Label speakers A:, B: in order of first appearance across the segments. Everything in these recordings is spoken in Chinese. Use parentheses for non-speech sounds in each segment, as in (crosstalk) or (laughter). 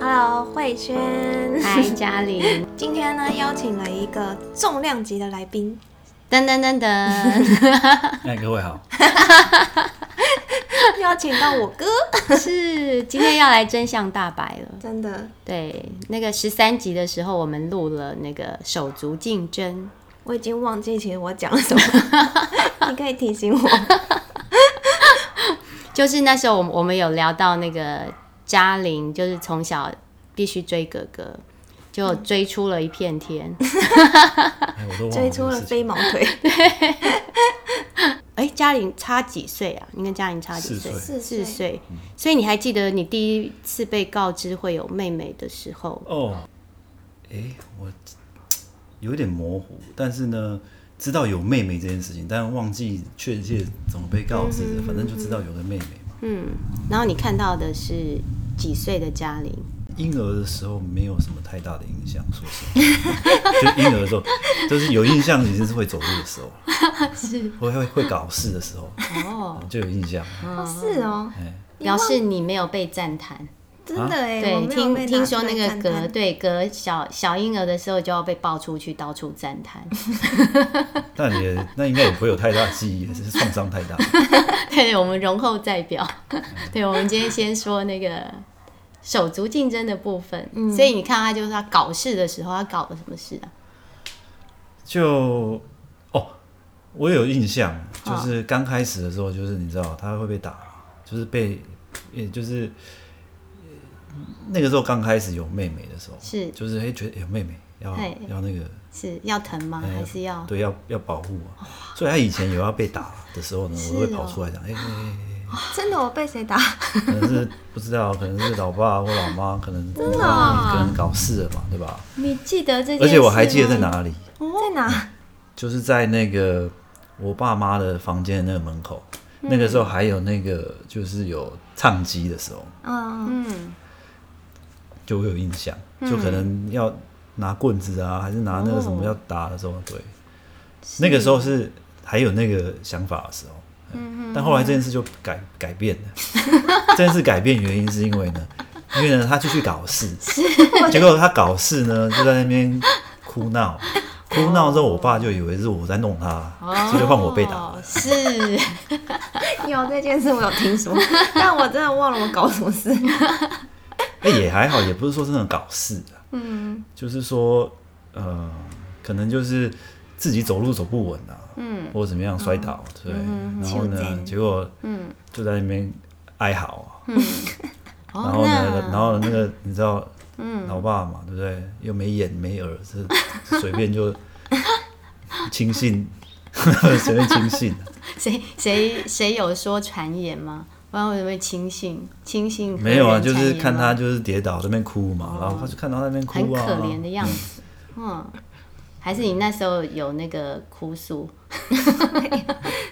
A: Hello，慧轩。
B: 嗨，嘉玲，
A: 今天呢，邀请了一个重量级的来
B: (laughs)
A: 宾，
B: 噔噔噔噔，
C: 哎，各位好，
A: 邀请到我哥，
B: (laughs) 是今天要来真相大白了。
A: 真的，
B: 对，那个十三集的时候，我们录了那个手足竞争，
A: 我已经忘记其实我讲了什
B: (laughs)
A: 么，你可以提醒我。
B: 就是那时候我们我们有聊到那个嘉玲，就是从小必须追哥哥，就追出了一片天。
C: 哎，我都忘
A: 追出了
C: 这个事情
A: 飞毛腿，
B: (laughs) 哎、嘉玲差几岁啊？你跟嘉玲差几
C: 四
B: 岁？
C: 岁
A: 四
B: 四
A: 岁
B: 岁。所以你还记得你第一次被告知会有妹妹的时候？
C: 哦，哎，我有点模糊，但是呢，知道有妹妹这件事情，但忘记确切怎么被告知的，反正就知道有个妹妹嘛。
B: 嗯，然后你看到的是几岁的嘉玲？
C: 婴儿的时候没有什么太大的影响，说实话， (laughs) 就婴儿的时候，就是有印象已经是会走路的时候，
A: (laughs)
C: 是会会会搞事的时候，
B: 哦，
C: 就有印象。 (laughs)
A: 哦 (laughs) 是哦，
C: 哎，
A: 你
B: 表
A: 忘
B: 示你没有被赞叹。
A: 真的
C: 啊
A: 哎，我
B: 对，
A: 没有
B: 听
A: 被拿
B: 听
A: 出
B: 说
A: 来
B: 那个
A: 赞
B: 隔
A: 叹
B: 对隔小小婴儿的时候就要被抱出去到处赞叹， (laughs)
C: 那你也那应该也不会有太大记忆，只是创伤太大。
B: 对我们容后再表。 (laughs) 对，我们今天先说那个手足竞争的部分。
A: 嗯
B: 所以你看他就是他搞事的时候，他搞了什么事啊？
C: 就哦，我有印象，就
B: 好
C: 是刚开始的时候，就是你知道他会被打，就是被，也就是呃那个时候刚开始有妹妹的时候，
B: 是
C: 就是哎、觉得有妹妹要
B: 嘿
C: 要那个，
B: 是要疼吗？
C: 哎
B: 还是要？哦
C: 对要要保护啊，所以他以前有要被打的时候呢，我会
B: 是哦
C: 跑出来讲，哎、哎哎
A: 真的我被谁打？
C: 哎可能是不知道， (laughs) 可能是老爸或老妈，可能真
A: 的啊
C: 可能搞事了嘛，对吧？
B: (laughs) 你记得这件事
C: 而且我还记得
B: 吗
C: 在哪里，
A: 哦在
B: (laughs)
A: 哪？
C: 就是在那个我爸妈的房间的那个门口，那个时候还有那个就是有唱机的时候，
A: 嗯，
B: 嗯，
C: 就会有印象，就可能要拿棍子啊，还是拿那个什
B: 哦
C: 么要打的时候，对，那个时候是还有那个想法的时候，嗯、但后来这件事就改改变了， (laughs) 这件事改变原因是因为呢，因为呢他继续搞事， (laughs) 结果他搞事呢就在那边哭闹。哭闹之后，我爸就以为是我在弄他，所以就换我被打了
B: 哦。是。
A: 有这件事我有听
B: 嗯
A: 说，但我真的忘了我搞什么
B: (laughs)
A: 事。
C: 哎、也还好，也不是说真的搞事啊，嗯，就是说，呃，可能就是自己走路走不稳啊，嗯，或者怎么样摔倒，
B: 嗯
C: 对，然后
A: 手
C: 呢，
A: 贱
C: 结果，嗯，就在那边哀嚎啊，
B: 然
C: 然后呢，然后那个你知道，嗯，老爸嘛，对不对？又没眼没耳，是随
B: (laughs)
C: 便就轻信，随便轻信、啊
B: 谁谁谁有说传言吗？不然我有没有轻信？轻信
C: 没有啊，
B: 何
C: 就
B: 人
C: 是
B: 传言
C: 看
B: 吗
C: 他就是跌倒在那边哭嘛，然后他就看到他在那边
B: 很
C: 哭
B: 可
C: 啊，
B: 怜的样
C: (laughs)
B: 子，嗯。还是你那时候有那个哭诉，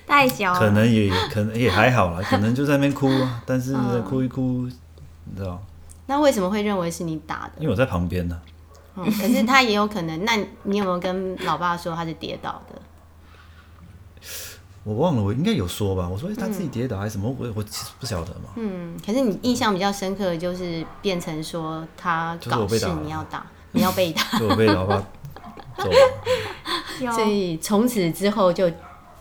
A: 太小了，
C: 可能也可能也还好啦，可能就在那边哭啊，但是呢哭一哭，你知道，
B: 那为什么会认为是你打的？
C: 因为我在旁边呢、 (laughs)
B: 嗯，可是他也有可能，那你有没有跟老爸说他是跌倒的？
C: 我忘了，我应该有说吧，我说、哎，他自己跌倒还是什么，我我其实不晓得嘛，
B: 嗯，可是你印象比较深刻的就是变成说他
C: 就是
B: 搞
C: 我被
B: 事
C: 打，了
B: 你要打，你要
C: (laughs)
B: 被打，
C: 就我被老爸揍了，哦
A: 有
B: 所以从此之后就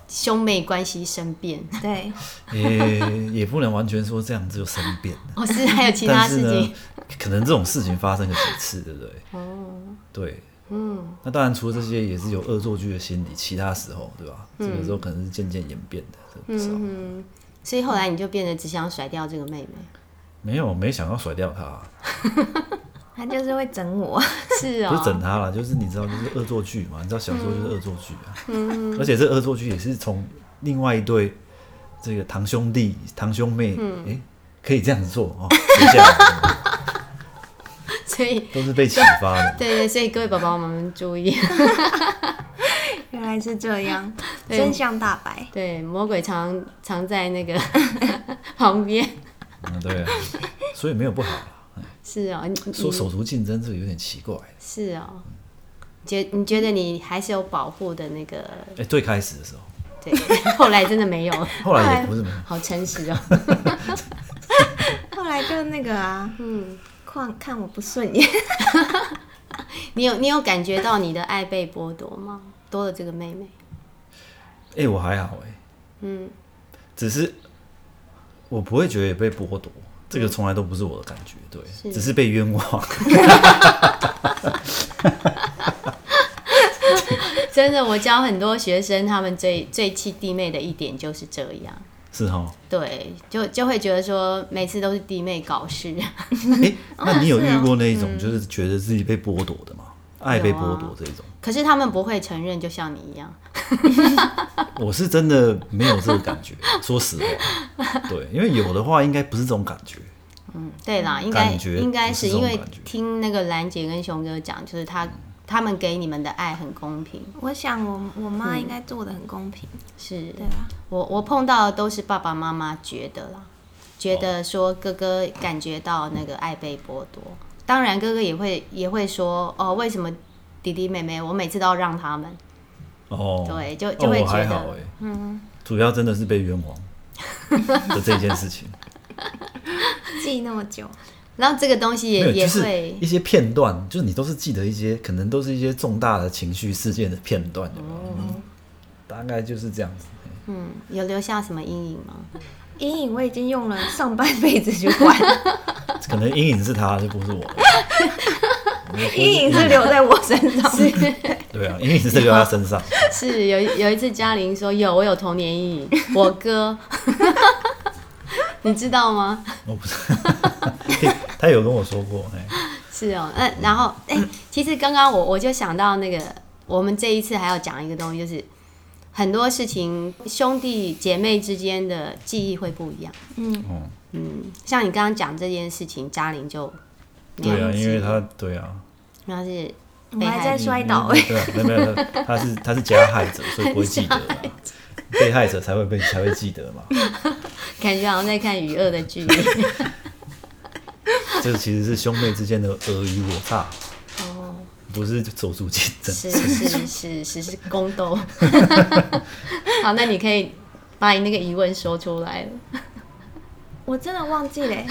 B: 兄妹关系生
C: (laughs)
B: 变。
A: 对，
C: 也也不能完全说这样子就生变了，
B: 哦，是还有其他
C: 但是
B: 事情
C: 呢，可能这种事情发生个几次，对不对？哦，对。嗯，那当然，除了这些，也是有恶作剧的心理。其他时候，对吧？这个时候可能是渐渐演变的，这不知道。
B: 所以后来你就变得只想甩掉这个妹妹，
C: 没有，没想要甩掉他、啊
A: 他就是会整我，
B: 是
C: (laughs)
B: 哦
C: 不是整他了，就是你知道，就是恶作剧嘛。你知道小时候就是恶作剧啊，
B: 嗯
C: 而且这恶作剧也是从另外一对这个堂兄弟、堂兄妹，哎、
B: 嗯
C: 可以这样子做哦，学下来
B: 所以
C: 都是被启发
B: (laughs)
C: 的。
B: 对对，所以各位宝宝们注意，
A: 原来是这样，
B: 对
A: 真相大白。
B: 对，魔鬼常常在那个 (laughs) 旁边。
C: 嗯，对啊，所以没有不好啦。
B: 是哦，你你
C: 说手足竞争这个有点奇怪。
B: 是哦，觉你觉得你还是有保护的那个，
C: 哎、最开始的时候，
B: 对， (laughs) 后来真的没有了，
C: 后来也不是没有。
B: 好诚实哦。
A: 后来就那个啊，嗯，看看我不顺眼，
B: 你有你有感觉到你的爱被剥夺吗？多了这个妹妹，
C: 哎、我还好哎、
B: 嗯，
C: 只是我不会觉得被剥夺，这个从来都不是我的感觉，对，
B: 是
C: 只是被冤枉。 (laughs)
B: 真的，我教很多学生，他们最最气弟妹的一点就是这样。
C: 是哈，
B: 对，就就会觉得说每次都是弟妹搞事，嗯
C: 哎、那你有
A: 是哦
C: 遇过那一种就是觉得自己被剥夺的吗？
B: 嗯
C: 爱被剥夺这一种，
B: 可是他们不会承认，就像你一样。啊
C: 我是真的没有这个
B: (laughs)
C: 感觉，说实话，对，因为有的话应该不是这种感觉，
B: 嗯，对啦，应该
C: 感觉
B: 应该
C: 不是
B: 是
C: 这种
B: 因为
C: 感觉
B: 听那个兰姐跟熊哥讲，就是他他们给你们的爱很公平，
A: 我想我我妈应该做的很公平，
B: 是
A: 对啊吧？
B: 我我碰到的都是爸爸妈妈觉得啦，觉得说哥哥感觉到那个爱被剥夺，当然哥哥也会也会说哦，为什么弟弟妹妹我每次都要让他们？
C: 哦，
B: 对就就会
C: 哦、我还
B: 觉得
C: 好哎、嗯，主要真的是被冤枉
B: (laughs)
C: 的这件事情，
A: 记那么久，
B: 然后这个东西也
C: 没有，
B: 也
C: 就是
B: 会
C: 一些片段，就是你都是记得一些，可能都是一些重大的情绪事件的片段，有没有
B: 哦
C: 嗯大概就是这样子。
B: 嗯有留下什么阴影吗？ (laughs)
A: 阴影我已经用了上半辈子去管，
C: 可能阴影是他，就不是
B: (laughs)
C: 我。
A: (laughs) 阴影是留在我身上。
C: 对啊，阴影是留在他身上。
B: 是有一有一次嘉玲说有我有童年阴影，我哥， (laughs) 你知道吗？
C: 我不是，他有跟我说过，哎，
B: 是哦，嗯，然后哎、其实刚刚我我就想到那个，我们这一次还要讲一个东西，就是很多事情兄弟姐妹之间的记忆会不一样。
A: 嗯
C: 嗯
B: 嗯，像你刚刚讲这件事情，嘉玲就没有
C: 对啊，
B: 记忆
C: 因为他对啊，
B: 然后是
A: 我还在摔倒哎、
C: 对啊，没有没有，他是他是加害者，所以不会记
B: (laughs)
C: 得啊，被害者才会被才会记得嘛。
B: 感觉好像在看《与恶的距离》
C: 这其实是兄妹之间的尔虞我诈，
B: 哦。
C: 不是手足竞争。
B: 是是是是是宫斗。好，那你可以把你那个疑问说出来了。
A: 我真的忘记了 (laughs) 欸、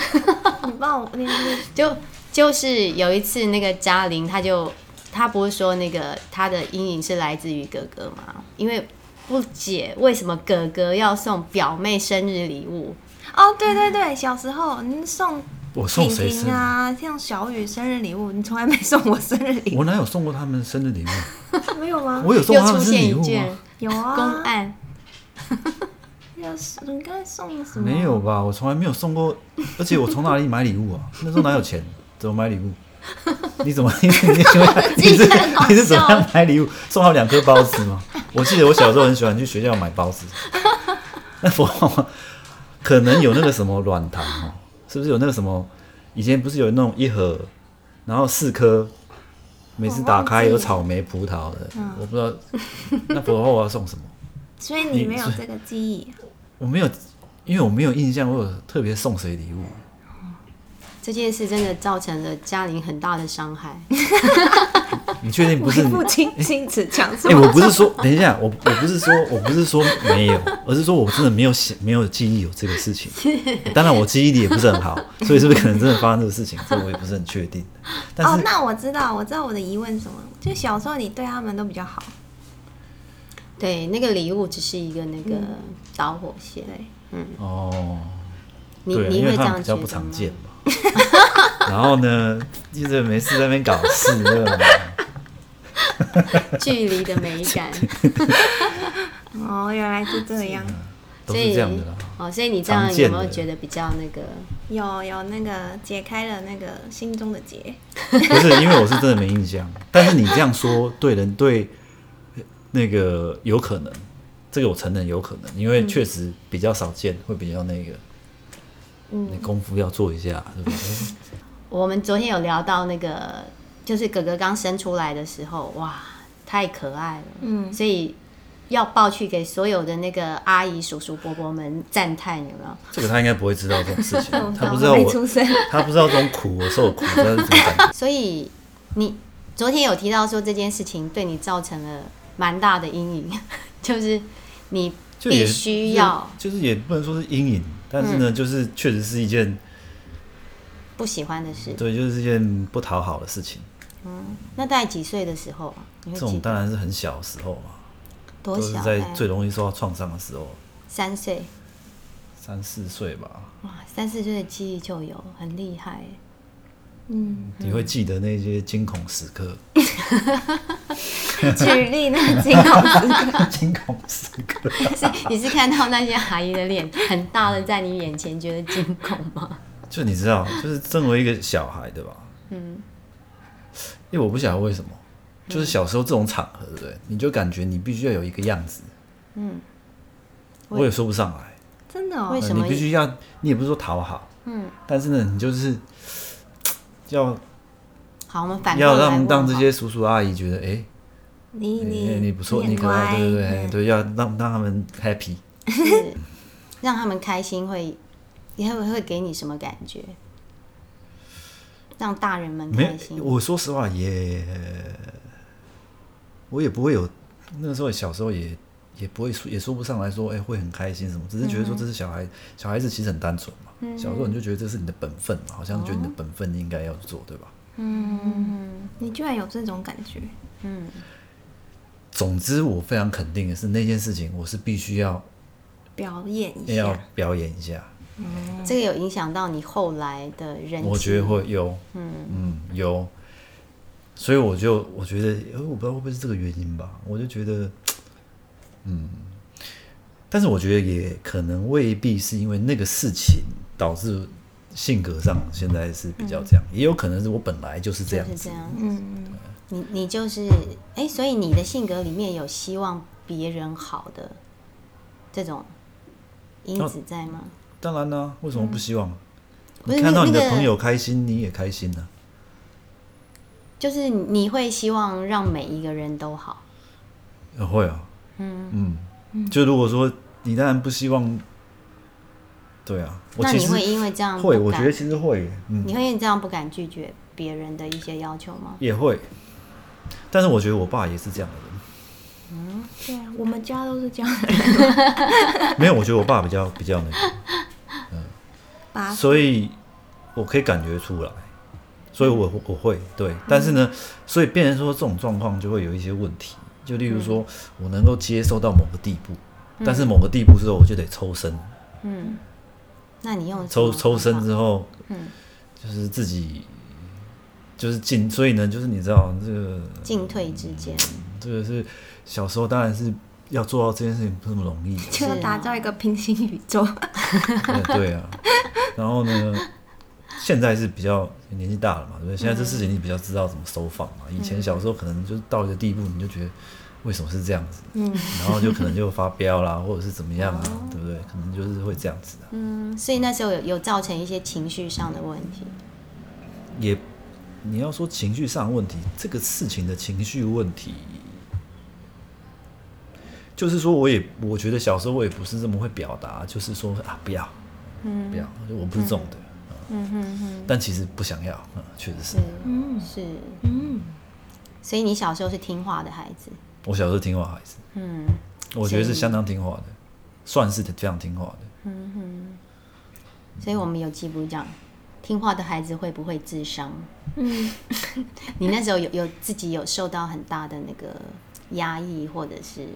A: 你帮我，你你
B: 就就是有一次那个嘉玲，她就她不是说那个她的阴影是来自于哥哥吗？因为不解为什么哥哥要送表妹生日礼物，
A: 哦，对对对，小时候你送
C: 我送
A: 婷
C: 谁生
A: 婷
C: 日？
A: 啊，像小雨生日礼物，你从来没送我生日礼
C: 我哪有送过他们生日礼物？
A: 物，没有吗？
C: 我有送
B: 又
C: 他
B: 出
C: 们生日
B: 现
C: 礼
B: 一
C: 物
B: 件
C: 吗？
A: 有啊，
B: 公案。
A: 要是你刚才送什么？
C: 没有吧？我从来没有送过，而且我从哪里买礼物啊？那时候哪有钱？怎么买礼物？你怎么？你你你是你是怎么样买礼物？送他两颗包子吗？我记得我小时候很喜欢去学校买包子， (laughs) 那我可能有那个什么软糖哦，是不是有那个什么？以前不是有那种一盒，然后四颗，每次打开有草莓、葡萄的，我不知道那不然我要送什么。
A: 所以你
C: 你
A: 没有
C: 所以
A: 这个记忆。啊
C: 我没有，因为我没有印象，我有特别送谁礼物。
B: 这件事真的造成了嘉玲很大的伤
C: (laughs)
B: 害，
C: 你确定不是你？
A: 父
C: (laughs)
A: 亲亲子强
C: 哎、
A: 说，哦
C: 我不是说，等一下，我我不是说，我不是说没有，而是说我真的没有想，没有记忆有这个事情。当然，我记忆力也不是很好，所以是不是可能真的发生这个事情，这我也不是很确定。但
A: 哦
C: 是，，
A: 那我知道，我知道我的疑问是什么，就小时候你对他们都比较好，
B: 对，那个礼物只是一个那个
C: 嗯
B: 导火线，
A: 对，
C: 哦，
B: 你
C: 对，啊
B: 你
C: 因
B: 会这
C: 为他
B: 样
C: 们比较不
B: 觉得
C: 常
B: 吗
C: 见嘛。然后呢，一直没事在那边搞事，对吧？
B: 距离的美
C: (laughs)
B: 感，
A: 哦，原来是这样，
C: 都是啊这样的啦。
B: 哦，所以你这样
C: 常见
B: 有
C: 的
B: 没有觉得比较那个？
A: 有有那个解开了那个心中的结，
C: (laughs) 不是，因为我是真的没印象。但是你这样说，对人对那个有可能，这个我承认有可能，因
B: 嗯
C: 为确实比较少见，会比较那个，
B: 嗯
C: 你功夫要做一下，对 (laughs) 不对？
B: 我们昨天有聊到那个，就是哥哥刚生出来的时候，哇，太可爱了，
A: 嗯，
B: 所以要抱去给所有的那个阿姨、叔叔、伯伯们赞叹，有没有？
C: 这个他应该不会知道这种事情，
B: 哦
C: 他不知道
A: 没
C: 我，
A: 出生，
C: 他不知道这种苦我受苦，他是怎么感觉？
B: 所以你昨天有提到说这件事情对你造成了蛮大的阴影， (laughs) 就是你
C: 就也
B: 必须要嗯
C: 就是也不能说是阴影，但是呢，就是确实是一件
B: 不喜欢的事。
C: 对，就是这件不讨好的事情。
B: 那大概几岁的时候啊？你会
C: 这
B: 记得
C: 种当然是很小的时候嘛，
B: 多
C: 都是
B: 小？
C: 在
B: 哎
C: 最容易受到创伤的时候，
B: 三岁，
C: 三四岁吧，
B: 哇，三四岁的记忆就有，很厉害。
C: 你会记得那些惊恐时刻，
A: 举例那金老
C: (laughs)
A: 师，
C: 惊恐时刻。
B: (laughs) 是你是看到那些阿姨的脸很大的在你眼前，觉得惊恐吗？
C: 就你知道，就是作为一个小孩，对吧？嗯。因为我不晓得为什么，就是小时候这种场合，对不对？你就感觉你必须要有一个样子。嗯。我也说不上来，
A: 真的哦
B: 为，
C: 呃
B: 什么
C: 你必须要，你也不是说讨好，嗯，但是呢，你就是要
B: 好，我们反过来
C: 要
B: 问
C: 让让这
B: 好
C: 些叔叔阿姨觉得，哎、
A: 你
C: 你
A: 你
C: 哎你不错，
A: 很
C: 你可爱，
A: 乖嗯
C: 对对对，对，要让让他们 happy。
B: 是 (laughs) 让他们开心会，也会会给你什么感觉？让大人们
C: 没
B: 开心
C: 有，，我说实话也，我也不会有那个时候小时候也也不会说也说不上来说，哎、会很开心什么，只是觉得说这是小孩，小孩子其实很单纯嘛。小时候你就觉得这是你的本分嘛，好像觉得你的本分应该要做，对吧？
A: 你居然有这种感觉，
B: 嗯
C: 总之，我非常肯定的是那件事情，我是必须要
A: 表演一
C: 要
A: 下，
C: 表演一下。
B: 这个有影响到你后来的人际。
C: 我觉得会有，嗯有，所以我就我觉得，呃，我不知道会不会是这个原因吧，我就觉得，嗯，但是我觉得也可能未必是因为那个事情导致性格上现在是比较这样，也有可能是我本来就是这样
B: 嗯就是
C: 子
B: 这，样。
A: 嗯，
B: 你你就是哎、所以你的性格里面有希望别人好的这种因子在吗？
C: 当然啦、为什么不希望？
B: 嗯不是
C: 哦你看到你
B: 那
C: 的
B: 个
C: 朋友开心，你也开心呢、啊
B: 就是你会希望让每一个人都好，
C: 呃会啊，嗯嗯，就如果说你当然不希望，对啊，我
B: 那
C: 其
B: 你
C: 实
B: 会因为这样
C: 会，
B: 不
C: 我
B: 敢
C: 觉得其实会，嗯，
B: 你会因为这样不敢拒绝别人的一些要求吗？
C: 也会。但是我觉得我爸也是这样的
A: 对啊，我们家都是这样，
C: 人，没有，我觉得我爸比较比较那个，
A: 把
C: 所以我可以感觉出来，所以我我会对，但是呢，所以变成说这种状况就会有一些问题，就例如说我能够接受到某个地步，但是某个地步之后我就得抽身，
B: 嗯那你用什
C: 嗯抽
B: 么
C: 抽
B: 方
C: 身
B: 法
C: 之后，就是自己就是进，所以呢，就是你知道这个
B: 进退之间，
C: 这个是小时候当然是要做到这件事情不那么容易、
A: (laughs) 就要打造一个平行宇宙，
C: 嗯对啊，然后呢，现在是比较年纪大了嘛，对不对？现在这事情你比较知道怎么收放嘛。以前小时候可能就是到一个地步，你就觉得为什么是这样子，嗯，然后就可能就发飙啦，或者是怎么样啊，对不对？可能就是会这样子啊，
B: 嗯，所以那时候有有造成一些情绪上的问题，
C: 也你要说情绪上的问题，这个事情的情绪问题。就是说，我也我觉得小时候我也不是这么会表达，就是说啊，不要，嗯，不要，我不是这种的，
B: 嗯哼哼，
C: 但其实不想要，嗯，确实是。
A: 嗯
B: 是是，
A: 嗯，
B: 所以你小时候是听话的孩子，
C: 我小时候听话孩子，
B: 嗯，
C: 我觉得是相当听话的，算是非常听话的。
B: 所以我们有记部长，听话的孩子会不会智商？
A: 嗯，
B: 你那时候有有自己有受到很大的那个压抑或者是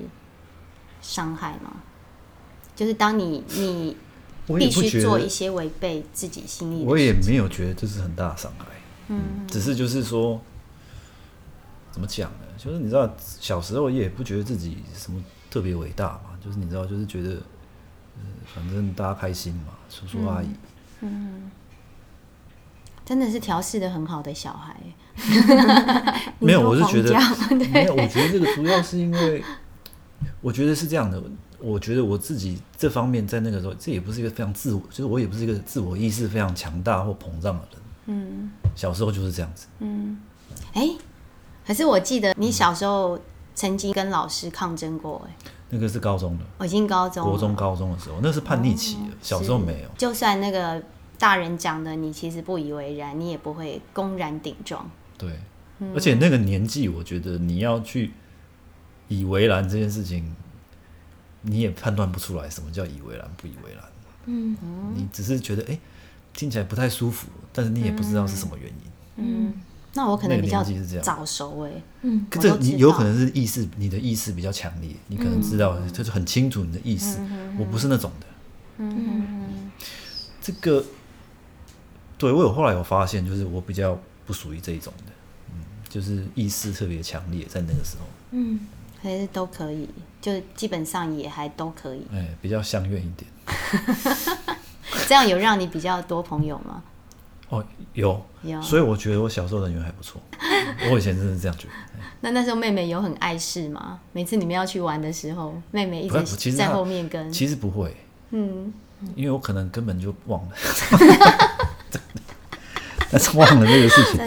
B: 伤害吗？就是当你你
C: 我也
B: 必
C: 不
B: 须
C: 觉
B: 做一
C: 得，
B: 些违背自己心意的事，
C: 我也没有觉得这是很大的伤害。嗯，只是就是说，怎么讲呢？就是你知道，小时候也不觉得自己什么特别伟大嘛，就是你知道，就是觉得，呃反正大家开心嘛，啊叔叔阿姨。
B: 真的是调试的很好的小孩，
C: 没有，我是觉
A: 你
C: 得
A: 说
C: (laughs)
A: 黄
C: 没有，我觉得这个主要是因为，我觉得是这样的。我觉得我自己这方面在那个时候，这也不是一个非常自我，就是我也不是一个自我意识非常强大或膨胀的人。嗯，小时候就是这样子。
B: 哎、可是我记得你小时候曾经跟老师抗争过、哎，
C: 那个是高中的，
B: 我已经高中了
C: 国中、高中的时候，那是叛逆期
B: 哦
C: 了。小时候没有，
B: 就算那个大人讲的你其实不以为然，你也不会公然顶撞。
C: 对，
B: 嗯
C: 而且那个年纪，我觉得你要去以为然这件事情，
B: 嗯
C: 你也判断不出来什么叫以为然不以为然。嗯，你只是觉得哎、听起来不太舒服，但是你也不知道
B: 嗯
C: 是什么原因。
A: 嗯
B: 那我可能比较
C: 那个年纪是这样
B: 早熟哎、
C: 可
B: 我
C: 这
B: 都知
C: 你有
B: 道嗯
C: 可能是意识，你的意识比较强烈，你可能知道，就是很清楚你的意识。我不是那种的。
A: 嗯
C: 这个，对我有后来有发现，就是我比较不属于这一种的，嗯，就是意识特别强烈，在那个时候，
B: 还是都可以，就基本上也还都可以。 (laughs)
C: 哎，比较相怨一点。
B: 这样有让你比较多朋友吗？
C: 哦，有，
B: 有
C: 所以我觉得我小时候人缘还
B: (laughs)
C: 不错。我以前真的是这样觉得。
B: 那那时候妹妹有很碍事吗？每次你们要去玩的时候，妹妹一
C: 不是，其
B: 直
C: 实
B: 在
C: 他
B: 后面跟。
C: 其实不会，嗯，因为我可能根本就忘了， (laughs) 但是忘了这个事情。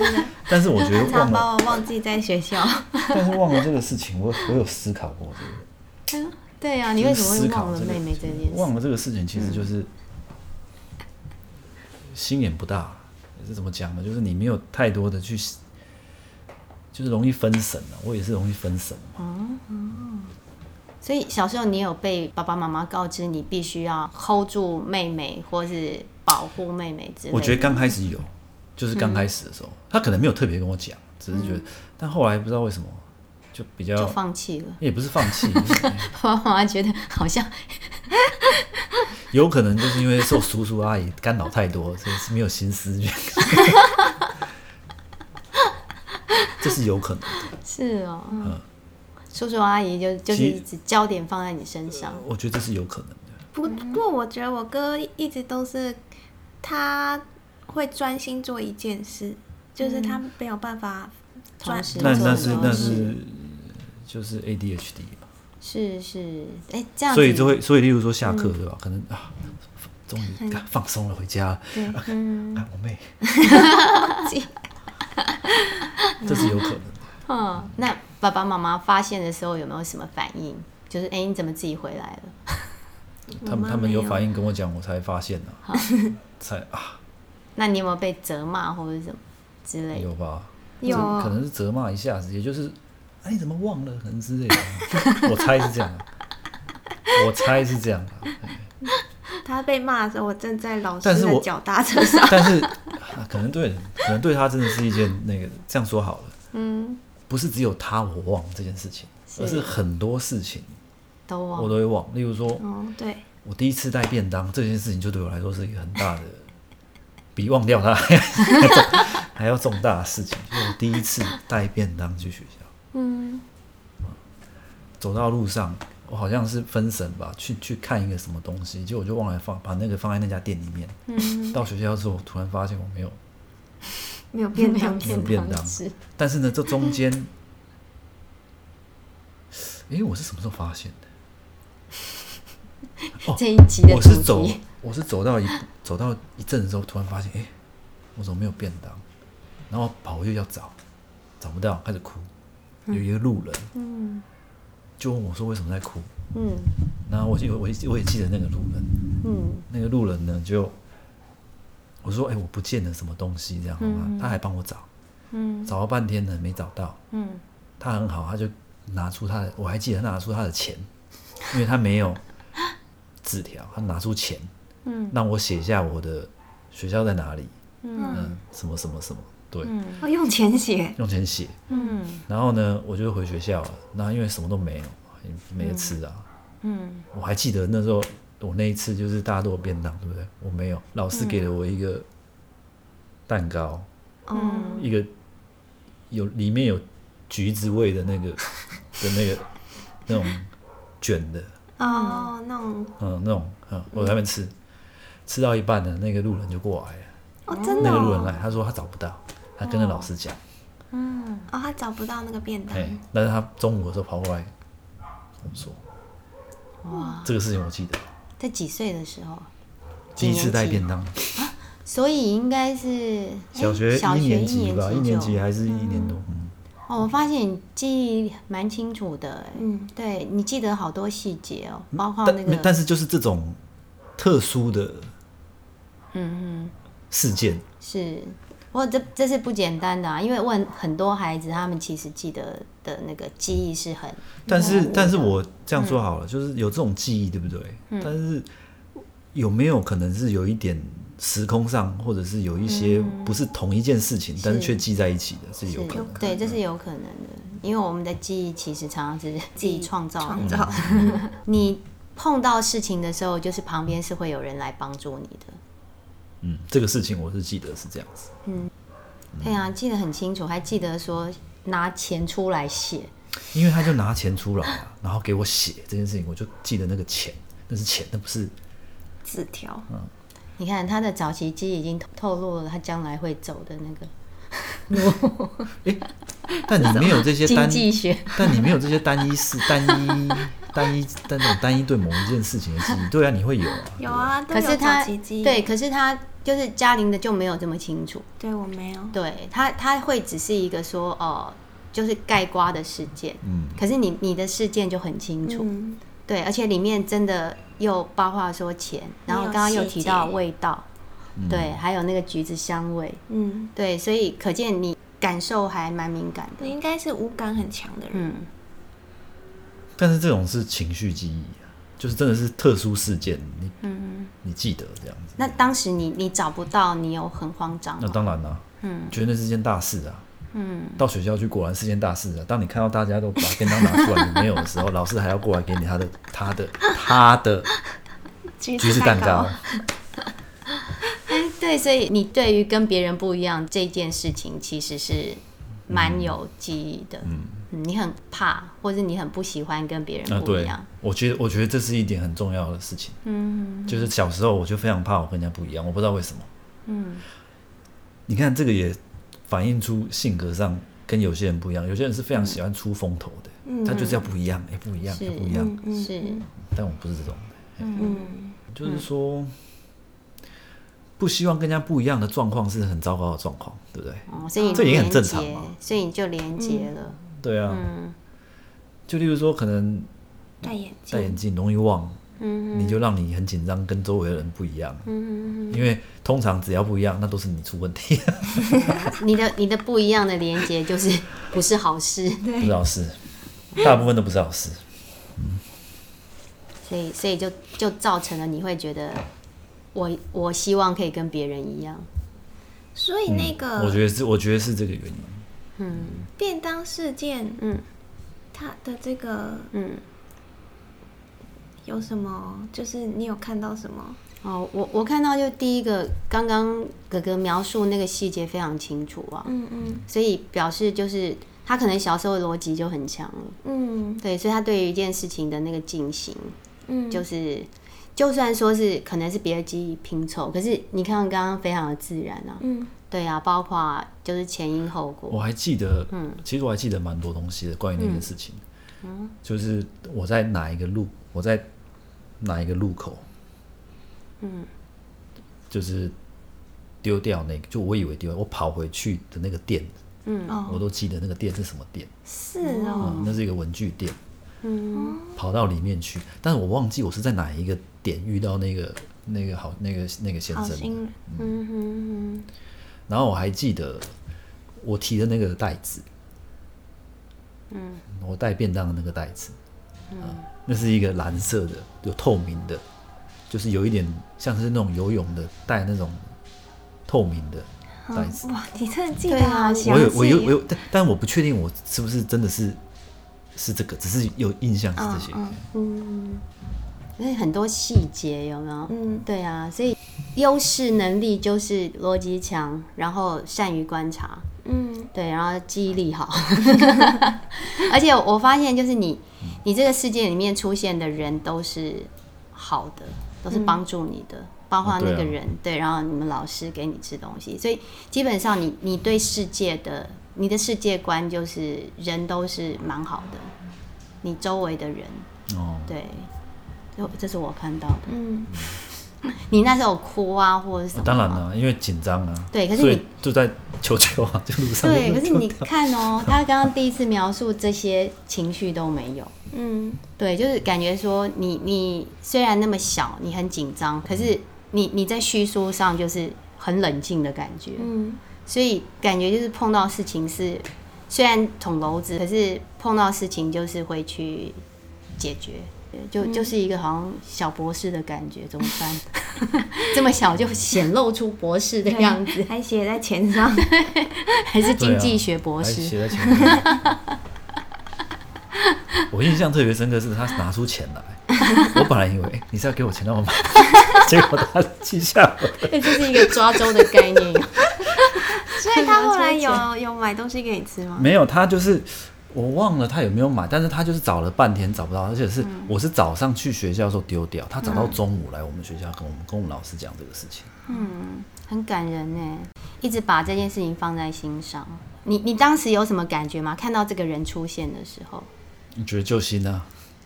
C: 但是我觉得
A: 他
C: 忘了，
A: 把我忘记在学校，
C: 但是忘了这个事情，我我有思考过这个。
B: 对啊，你为什么
C: 思
B: 会
C: 考
B: 忘了
C: 这个
B: 妹妹这件事？嗯
C: 忘了这个事情，其实就是心眼不大，是怎么讲呢？就是你没有太多的去，就是容易分神啊。我也是容易分神嘛，
B: 所以小时候你有被爸爸妈妈告知你必须要 hold 住妹妹，或是保护妹妹之类的。
C: 我觉得刚开始有，就是
B: 嗯
C: 刚开始的时候，他可能没有特别跟我讲，只是觉得，但后来不知道为什么就比较
B: 就放弃了。 (laughs)
C: 也不是放弃， (laughs) 就是
B: 爸爸妈妈觉得好像
C: 有可能就是因为受叔叔阿姨干扰太多，所以是没有心思去。 (laughs) 这是有可能的，
B: 是哦，叔叔阿姨就就是
C: 嗯其实
B: 一直焦点放在你身上，
C: 啊我觉得这是有可能的。
A: (laughs) 不不过我觉得我哥一直都是他会专心做一件事，就是他没有办法专
B: 同时
C: 那
B: 做
C: 那
B: 很
C: 是
B: 多
C: 那
B: 事
C: 是就是 ADHD 嘛，
B: 是是，哎，这样子，
C: 所以就会所以例如说下课对吧？可能啊，终于啊放松了，回家了。啊啊，我妹，这是有可能的。
B: 嗯，那爸爸妈妈发现的时候有没有什么反应？就是哎，你怎么自己回来了？
C: 他们
A: 妈
C: 他们有
A: 没有
C: 反应跟我讲，我才发现呢、才啊
B: 那你有没有被责骂或者什么之类的？
C: 有吧？
A: (laughs) 有
C: 这可能是责骂一下子，也就是，哎，你怎么忘了，可能之类的。 (laughs) 我猜是这样啊，我猜是这样啊。
A: 他被骂的时候，我正在老师
C: 但是
A: 的
C: 我
A: 脚踏车
C: (laughs)
A: 上，
C: 但是、啊可能对，可能对他真的是一件那个这样说好了，嗯，不是只有他我忘这件事情，
B: 是
C: 而是很多事情
B: 都忘
C: 我
B: 了，
C: 都会忘。嗯例如说，
A: 哦，对，
C: 我第一次带便当这件事情，就对我来说是一个很大的，比忘掉它还要重 (laughs) 还要重大的事情。就是我第一次带便当去学校，嗯，走到路上，我好像是分神吧，去去看一个什么东西，结果我就忘了放把那个放在那家店里面。到学校之后，我突然发现我没有，
A: 没有变当，
C: 没有便当
B: 吃，
C: 但是呢，这中间，诶，我是什么时候发现的？哦
B: 这一集的
C: 我是
B: 主
C: 走
B: 题，
C: 我是走到一走到一阵的时候，突然发现，哎、我怎么没有便当？然后跑回去要找，找不到，开始哭。有一个路人，就问我说为什么在哭？
B: 嗯
C: 然后我就我也我也记得那个路人，
B: 嗯，
C: 那个路人呢就我说，哎、我不见了什么东西，这样好吗？他还帮我找，找了半天呢没找到，
B: 嗯
C: 他很好，他就拿出他的，我还记得他拿出他的钱，
B: (laughs)
C: 因为他没有纸条，他拿出钱，嗯，让我写下我的学校在哪里，嗯，什么什么什么，对，
A: 哦，用钱写，
C: 用钱写，
B: 嗯，
C: 然后呢，我就回学校了，那因为什么都没有，也没得吃啊，嗯，我还记得那时候我那一次就是大家都有便当，对不对？我没有，老师给了我一个蛋糕，
A: 哦，
C: 一个有里面有橘子味的那个的那个那种卷的，
A: 哦，那种，
C: 嗯，那种嗯，我在那边吃，吃到一半呢，那个路人就过来了，
A: 哦，真的
C: 那个路人
A: 哦，
C: 来，他说他找不到，他跟那老师讲，
A: 哦，他找不到那个便当
C: 哎、，但是他中午的时候跑过来跟我说，
B: 哇，
C: 这个事情我记得，
B: 在几岁的时候？
C: 第一次带便当，
B: 所以应该是哎
C: 哎小学
B: 小
C: 一
B: 学
C: 年级吧，一
B: 一
C: 年
B: 年
C: 级
B: 就
C: 还是一年多，嗯，
B: 哦，我发现你记忆蛮清楚的，哎
A: 嗯，
B: 对你记得好多细节哦，包括那
C: 嗯但没
B: 个
C: 但是就是这种特殊的，嗯嗯，嗯事件。
B: 是，我这这是不简单的啊，因为问很多孩子，他们其实记得的那个记忆是很，
C: 但是，但是我这样嗯说好了，就是有这种记忆，对不对？但是有没有可能是有一点时空上，或者是有一些不是同一件事情，但嗯是
B: 是
C: 却记在一起的，是有可
B: 是
C: 能的。
B: 对，这是有可能的，因为我们的记忆其实常常是自己创造
A: 创
B: 的。
A: 造。
C: 嗯
B: 你碰到事情的时候，就是旁边是会有人来帮助你的。
C: 嗯，这个事情我是记得是这样子。嗯
B: 对啊，记得很清楚，还记得说拿钱出来写，
C: 因为他就拿钱出来啊，然后给我写这件事情，我就记得那个钱，那是钱，那不是
A: 纸条，
B: 你看他的早期记忆已经透透露了他将来会走的那个
C: 但你没有这些
B: 经
C: 单，
B: 济学。
C: 但你没有这些单一事、单一、单一、但那种单一对某一件事情的记忆，对啊，你会有啊。
A: 有啊，都
B: 可是
A: 有
B: 他
A: 早期记忆。
B: 对，，可是他就是嘉玲的就没有这么清楚。
A: 对我没有。
B: 对他，他会只是一个说哦、就是盖瓜的事件。
C: 嗯，
B: 可是你你的事件就很清楚，
A: 嗯，
B: 对，而且里面真的又包括说钱，然后
A: 没有
B: 刚刚又
A: 细
B: 提到
A: 节
B: 味道，对，还有那个橘子香味，
A: 嗯，
B: 对，所以可见你感受还蛮敏感
A: 我
B: 的，
A: 应该是五感很强的人。
B: 嗯，
C: 但是这种是情绪记忆啊，就是真的是特殊事件，你你记得这样子。
B: 那当时你你找不到，你有很慌张
C: 那
B: 吗？
C: 当然啦、嗯，觉得那是件大事啊。嗯，到学校去果然是件大事啊。当你看到大家都把便当拿出来你没有的时候，老师还要过来给你他的他的他的
B: 嗯
A: 橘
C: 橘子蛋糕。
B: 哎，对，所以你对于跟别人不一样这件事情，其实是蛮有记忆的，嗯你很怕，或者你很不喜欢跟别
C: 啊，
B: 人不一
C: 对
B: 样，，
C: 我觉得我觉得这是一点很重要的事情。嗯，就是小时候我就非常怕我跟人家不一样，我不知道为什么。嗯，你看这个也反映出性格上跟有些人不一样，有些人是非常喜欢出风头的，他就是要不一样，哎，不一样，
B: 是
C: 哎不一样。
A: 嗯嗯
B: 是，
C: 但我不是这种，哎
A: 嗯，
C: 就是说。不希望跟人家不一样的状况是很糟糕的状况，对不对？
B: 哦，所以你
C: 这也很
B: 连
C: 正常
B: 结
C: 嘛
B: 所以你就连接了，
C: 对啊，就例如说，可能
A: 戴眼
C: 戴眼
A: 镜，
C: 镜容易忘，你就让你很紧张，跟周围的人不一样，因为通常只要不一样，那都是你出问题，
B: 你的你的不一样的连接就是不是好事，
C: 不是好事，大部分都不是好事。
B: 所以所以就就造成了你会觉得我我希望可以跟别人一样，
A: 所以那
C: 嗯我
A: 个
C: 觉得是，我觉得是这个原因。
A: 便当事件，
B: 嗯，
A: 它的这个
B: 嗯，
A: 有什么？就是你有看到什么？
B: 哦，我我看到就第一个刚刚哥哥描述那个细节非常清楚啊，
A: 嗯嗯
B: 所以表示就是他可能小时候的逻辑就很强了，
A: 嗯
B: 对，所以他对于一件事情的那个进行
A: 嗯，
B: 就是，就算说是可能是别的记忆拼凑，可是你看刚刚非常的自然啊，
A: 嗯
B: 对啊，包括就是前因后果，
C: 我还记得，其实我还记得蛮多东西的，关于那件事情。就是我在哪一个路，我在哪一个路口，就是丢掉那个，就我以为丢，我跑回去的那个店，
B: 嗯
A: 哦
C: 我都记得那个店是什么店。
A: 是哦，
C: 嗯，那是一个文具店，嗯，跑到里面去，但是我忘记我是在哪一个点遇到那个那个好那个那个先
A: 好
C: 生
A: 心
C: 了，
A: 人，
B: 嗯
C: 然后我还记得我提的那个袋子，嗯，我带便当的那个袋子，嗯，那是一个蓝色的，有透明的，就是有一点像是那种游泳的带那种透明的袋子，
A: 嗯哇，你真的记
B: 对
A: 得
B: 啊
A: 好详
C: 我有
A: 细
C: 我有我有，但但我不确定我是不是真的是是这个，只是有印象
A: 嗯
C: 是这些。
B: 因为很多细节有没有？
A: 嗯
B: 对啊，所以优势能力就是逻辑强，然后善于观察，
A: 嗯
B: 对，然后记忆力好， (laughs) 而且我发现就是你，你这个世界里面出现的人都是好的，都是帮助你的，包括那
C: 哦
B: 个
C: 对啊
B: 人，对，然后你们老师给你吃东西，所以基本上你你对世界的你的世界观就是人都是蛮好的，你周围的人，
C: 哦，
B: 对，这这是我看到的。
A: 嗯
B: 你那时候有哭啊，或者是什么？
C: 哦当然。了，因为紧张啊，
B: 对可是
C: 所以
B: 你
C: 就在求救啊，就路上
B: 对，
C: (laughs) 就
B: 可是你看哦，他刚刚第一次描述这些情绪都没有，
A: 嗯
B: 对，就是感觉说你你虽然那么小，你很紧张，可是你你在叙述上就是很冷静的感觉，
A: 嗯
B: 所以感觉就是碰到事情是虽然捅娄子，可是碰到事情就是会去解决，对就就是一个好像小博士的感觉，怎么办？ (laughs) 这么小就显露出博士的
A: (laughs)
B: 样子，
A: 还写在钱
B: (laughs)
A: 上，
B: 还是
C: 对
B: 经
C: 啊
B: 济学博
C: 还
B: 士？
C: 写在前面。 (laughs) 我印象特别深刻是他拿出钱来，我本来以为哎你是要给我钱让
B: (laughs)
C: 我买，结果他记下了。
B: (laughs) 这是一个抓周的概念哦呀。
A: 所以他后来有有买东西给你吃吗？
C: 没有，他就是我忘了他有没有买，但是他就是找了半天找不到，而且是、
B: 嗯
C: 我是早上去学校的时候丢掉，他找到中午来我们学校跟我们跟我们老师讲这个事情。
B: 很感人呢，一直把这件事情放在心上。你你当时有什么感觉吗？看到这个人出现的时候，
C: 你觉得啊救星呢、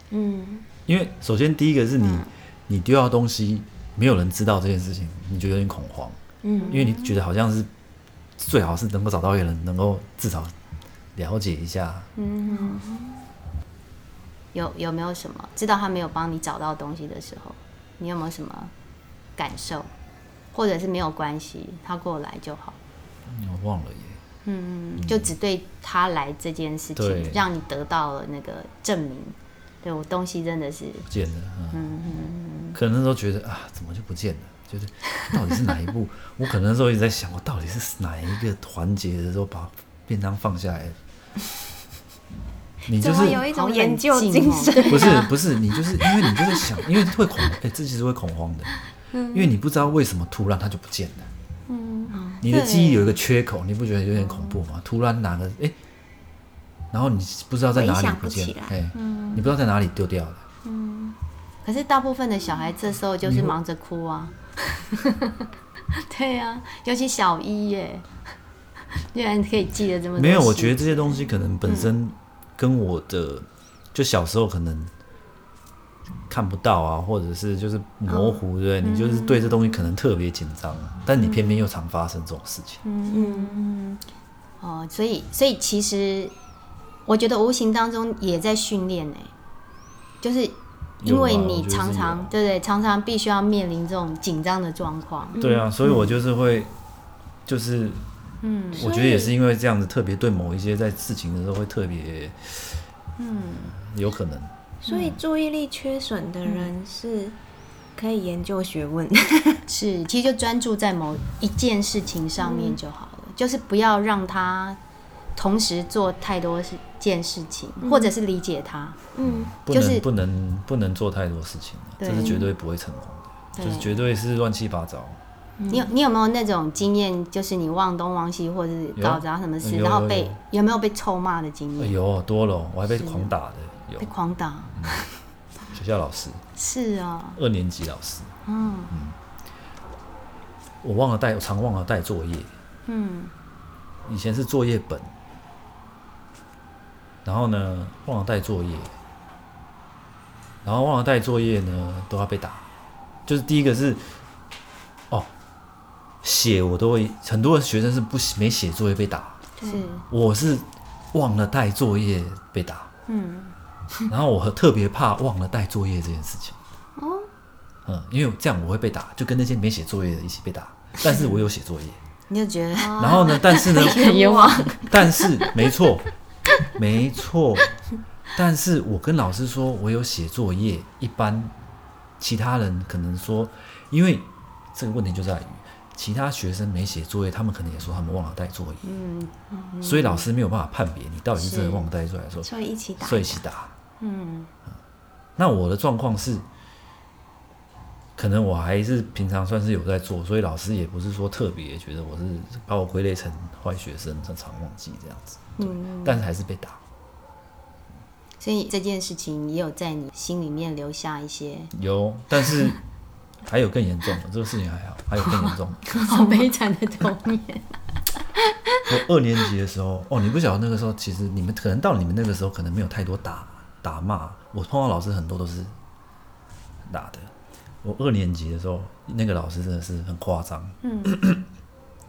B: 嗯，
C: 因为首先第一个是你、你丢掉东西，没有人知道这件事情，你觉得有点恐慌，嗯，因为你觉得好像是最好是能够找到一个人，能够至少了解一下，
B: 有有没有什么知道他没有帮你找到东西的时候，你有没有什么感受，或者是没有关系，他过来就好，
C: 嗯我忘了耶，
B: 嗯，就只对他来这件事
C: 对
B: 情，让你得到了那个证明。对我东西真的是
C: 不见了，嗯，可能那时候觉得啊，怎么就不见了？就是到底是哪一 (laughs) 步？我可能那时候一直在想，我到底是哪一个环节的时候把便当放下来？你就
A: 怎
C: 是
A: 么有一
B: 好
A: 种
B: 冷
A: 研究
B: 静
A: 精
B: 哦
A: 神？
C: 不是不是，你就是因为你就在想，因为会恐，哎、这其实会恐慌的，
A: 嗯
C: 因为你不知道为什么突然它就不见了。嗯，你的记忆有一个缺口，你不觉得有点恐怖
A: 嗯
C: 吗？突然哪个哎、然后你不知道在哪
A: 回
C: 里
A: 想不
C: 见
A: 起
C: 了
A: 来，嗯
C: 哎、你不知道在哪里丢掉了。
B: 可是大部分的小孩这时候就是
C: 你会
B: 忙着哭啊， (laughs) 对啊，尤其小一耶， (laughs) 居然可以记得这么多。
C: 没有，我觉得这些东西可能本身
A: 嗯
C: 跟我的、就小时候可能看不到啊，或者是就是模糊，
A: 嗯
C: 对不对？你就是对这东西可能特别紧张，啊但你偏偏又常发生这种事情。
A: 嗯
B: 哦，所以所以其实我觉得无形当中也在训练呢，就是因为
C: 有啊我
B: 你
C: 觉得
B: 常
C: 是有
B: 常
C: 啊
B: 对对，常常必须要面临这种紧张的状况。
C: 对啊，所以我就是会，就是，嗯，我觉得也是因为这样子，特别对某一些在事情的时候会特别，嗯，有可能，
A: 所以注意力缺损的人是可以研究学问，
B: 是，其实就专注在某一件事情上面就好
C: 嗯
B: 了，就是不要让他同时做太多事件事情，
C: 嗯
B: 或者是理解他。
A: 嗯，
C: 不
B: 就
C: 能、
B: 是
C: 不能不能做太多事情啊，
B: 对
C: 这是绝对不会成功的，
B: 对
C: 就是绝对是乱七八糟。
B: 你
C: 嗯
B: 有你有没有那种经验，就是你忘东忘西，或者是
C: 有
B: 搞砸什么事，
C: 有
B: 然后
C: 有
B: 被
C: 有
B: 有没有被臭骂的经
C: 哎
B: 验，
C: 呦，多了哦，我还被狂打的，
B: 嗯
C: 有
B: 被狂打？
C: 学校老师，
B: 是啊，
C: 二年级老师，
B: 嗯
C: 我忘了带，我常忘了带作业，
B: 嗯，
C: 以前是作业本，然后呢忘了带作业，然后忘了带作业呢都要被打，就是第一个是哦写我都会，很多学生是不没写作业被打，
B: 是，
C: 我是忘了带作业被打，
B: 嗯
C: 然后我特别怕忘了带作业这件事情，
B: 哦，
C: 嗯，因为这样我会被打，就跟那些没写作业的一起被打，但是我有写作
B: (laughs)
C: 业，
B: 你就觉得
C: 然后呢，但
B: (laughs)
C: 是呢，
B: 很冤枉，
C: 但是没错，没错，但是我跟老师说我有写作业，一般其他人可能说，因为这个问题就在于其他学生没写作业，他们可能也说他们忘了带作业，
B: 嗯
C: 所以老师没有办法判别你到底是真的忘了带作业，说
A: 所以一起打。
C: 所以一起打。
B: 嗯
C: 那我的状况是，可能我还是平常算是有在做，所以老师也不是说特别觉得我是把我归类成坏学生，常常忘记这样子，
B: 嗯，
C: 但是还是被打。
B: 所以这件事情也有在你心里面留下一
C: (laughs)
B: 些
C: 有，但是还有更严重的，这个事情还好，还有更严重的。
B: 好悲惨的童年。
C: (laughs) 我二年级的时候，哦，你不晓得那个时候，其实你们可能到你们那个时候，可能没有太多打打骂。我碰到老师很多都是打的。我二年级的时候，那个老师真的是很夸张。嗯， (clears throat)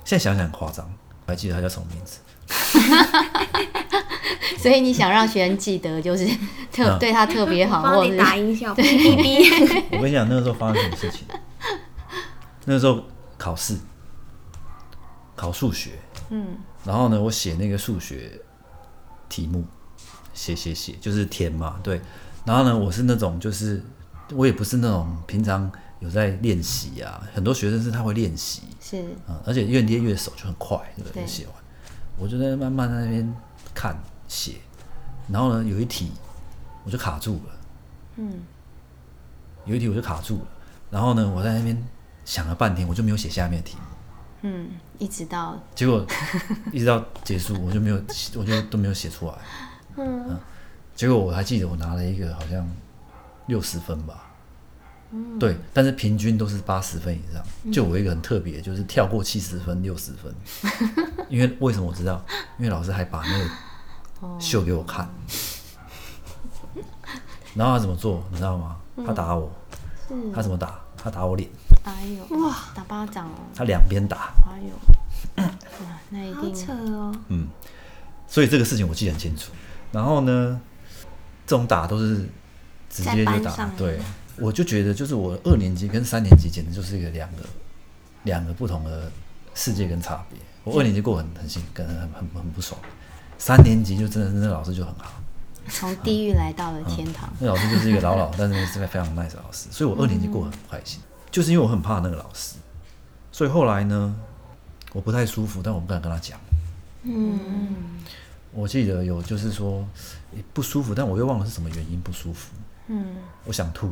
C: 现在想想很夸张，我还记得他叫什么名字。
B: 所以你想让学生记得，
C: (laughs)
B: 就是特
C: 嗯
B: 对他特别好，
A: 帮
B: 或者
A: 你
B: 是
A: 打音效，哔哔哔。
C: 我跟你讲，那个时候发生什么事情？那个时候考试，考数学，嗯，然后呢，我写那个数学题目，写写写，就是填嘛，对。然后呢，我是那种就是我也不是那种平常有在练习啊，很多学生是他会练习，
B: 是
C: 嗯，而且越捏越熟就很快，对不对？
B: 对
C: 写完，我就在慢慢在那边看写，然后呢，有一题我就卡住了，嗯，有一题我就卡住了，然后呢，我在那边想了半天，我就没有写下面的题目，
B: 嗯，一直到
C: 结果一直到结束，我就没有，我就都没有写出来，嗯结果我还记得我拿了一个好像六十分吧。对，但是平均都是八十分以上。就我一个很特别，就是跳过七十分、六十分，因为为什么我知道？因为老师还把那个秀给我看，然后他怎么做，你知道吗？他打我，他怎么打？他打我脸，
B: 哎呦哇，打巴掌哦，
C: 他两边打，
B: 哎呦，
C: (clears throat)
B: 哇，那一
A: 好扯
B: 定
A: 哦，
C: 所以这个事情我记得很清楚。然后呢，这种打都是直接
A: 在
C: 就
A: 班
C: 打
A: 上，
C: 对，我就觉得就是我二年级跟三年级简直就是一个两个两个不同的世界跟差别。我二年级过得很很辛，跟很很很很不爽，三年级就真的是那老师就很好，
B: 从地狱来到了天堂。
C: 那老师就是一个
A: (laughs)
C: 老老，但是是个非常 nice 的老师，所以我二年级过得很不开心，
A: 嗯
C: 就是因为我很怕那个老师，所以后来呢，我不太舒服，但我不敢跟他讲。
A: 嗯
C: 我记得有就是说诶不舒服，但我又忘了是什么原因不舒服。
B: 嗯
C: 我想吐，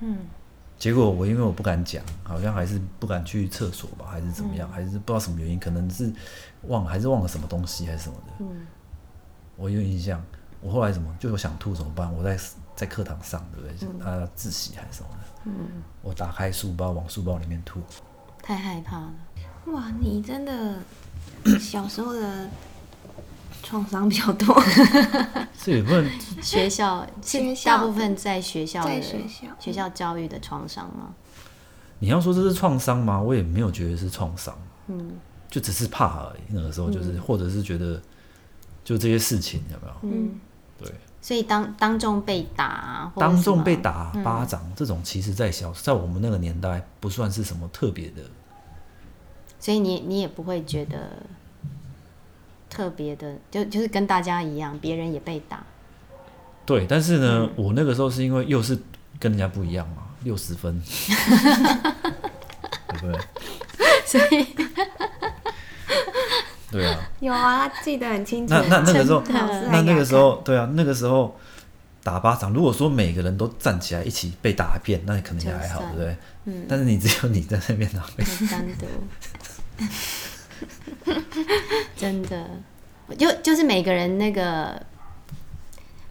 B: 嗯
C: 结果我因为我不敢讲，好像还是不敢去厕所吧，还是怎么
B: 嗯
C: 样，还是不知道什么原因，可能是忘了，还是忘了什么东西还是什么的。
B: 嗯，
C: 我有印象，我后来怎么就我想吐怎么办？我在在课堂上，对不对？
B: 嗯
C: 他、自习还是什么的。嗯，我打开书包，往书包里面吐。
B: 太害怕了。
A: 哇，你真的小时候的创伤比较多，
C: 这也不能，
B: 学校
A: 学
B: 是
A: 校
B: 大部分在学校的
A: (laughs) 在学校
B: 学校教育的创伤吗？
C: 你要说这是创伤吗？我也没有觉得是创伤，
B: 嗯
C: 就只是怕而已。那个时候就是，或者是觉得就这些事情有没有？
B: 嗯，
C: 对。
B: 所以当当众被打啊，嗯或者
C: 当
B: 什
C: 众
B: 么
C: 被打巴掌、这种，其实在小在我们那个年代不算是什么特别的，
B: 所以你你也不会觉得特别的，就就是跟大家一样，别人也被打，
C: 对。但是呢，
B: 嗯
C: 我那个时候是因为又是跟人家不一样嘛，六十
B: (laughs)
C: 分，对不对？
B: 所以
C: 对啊，
A: 有啊，记得很清楚。
C: 那那那个时候，
A: (laughs) 真的老师还
C: 那那个时
A: 给他看，
C: 候，对啊，那个时候打巴掌，如果说每个人都站起来一起被打一遍，那可能也还好
B: 就，算
C: 对不对？嗯。但是你只有你在那边打 (laughs) 被，
B: 很单独， (laughs) 真的，我就就是每个人那个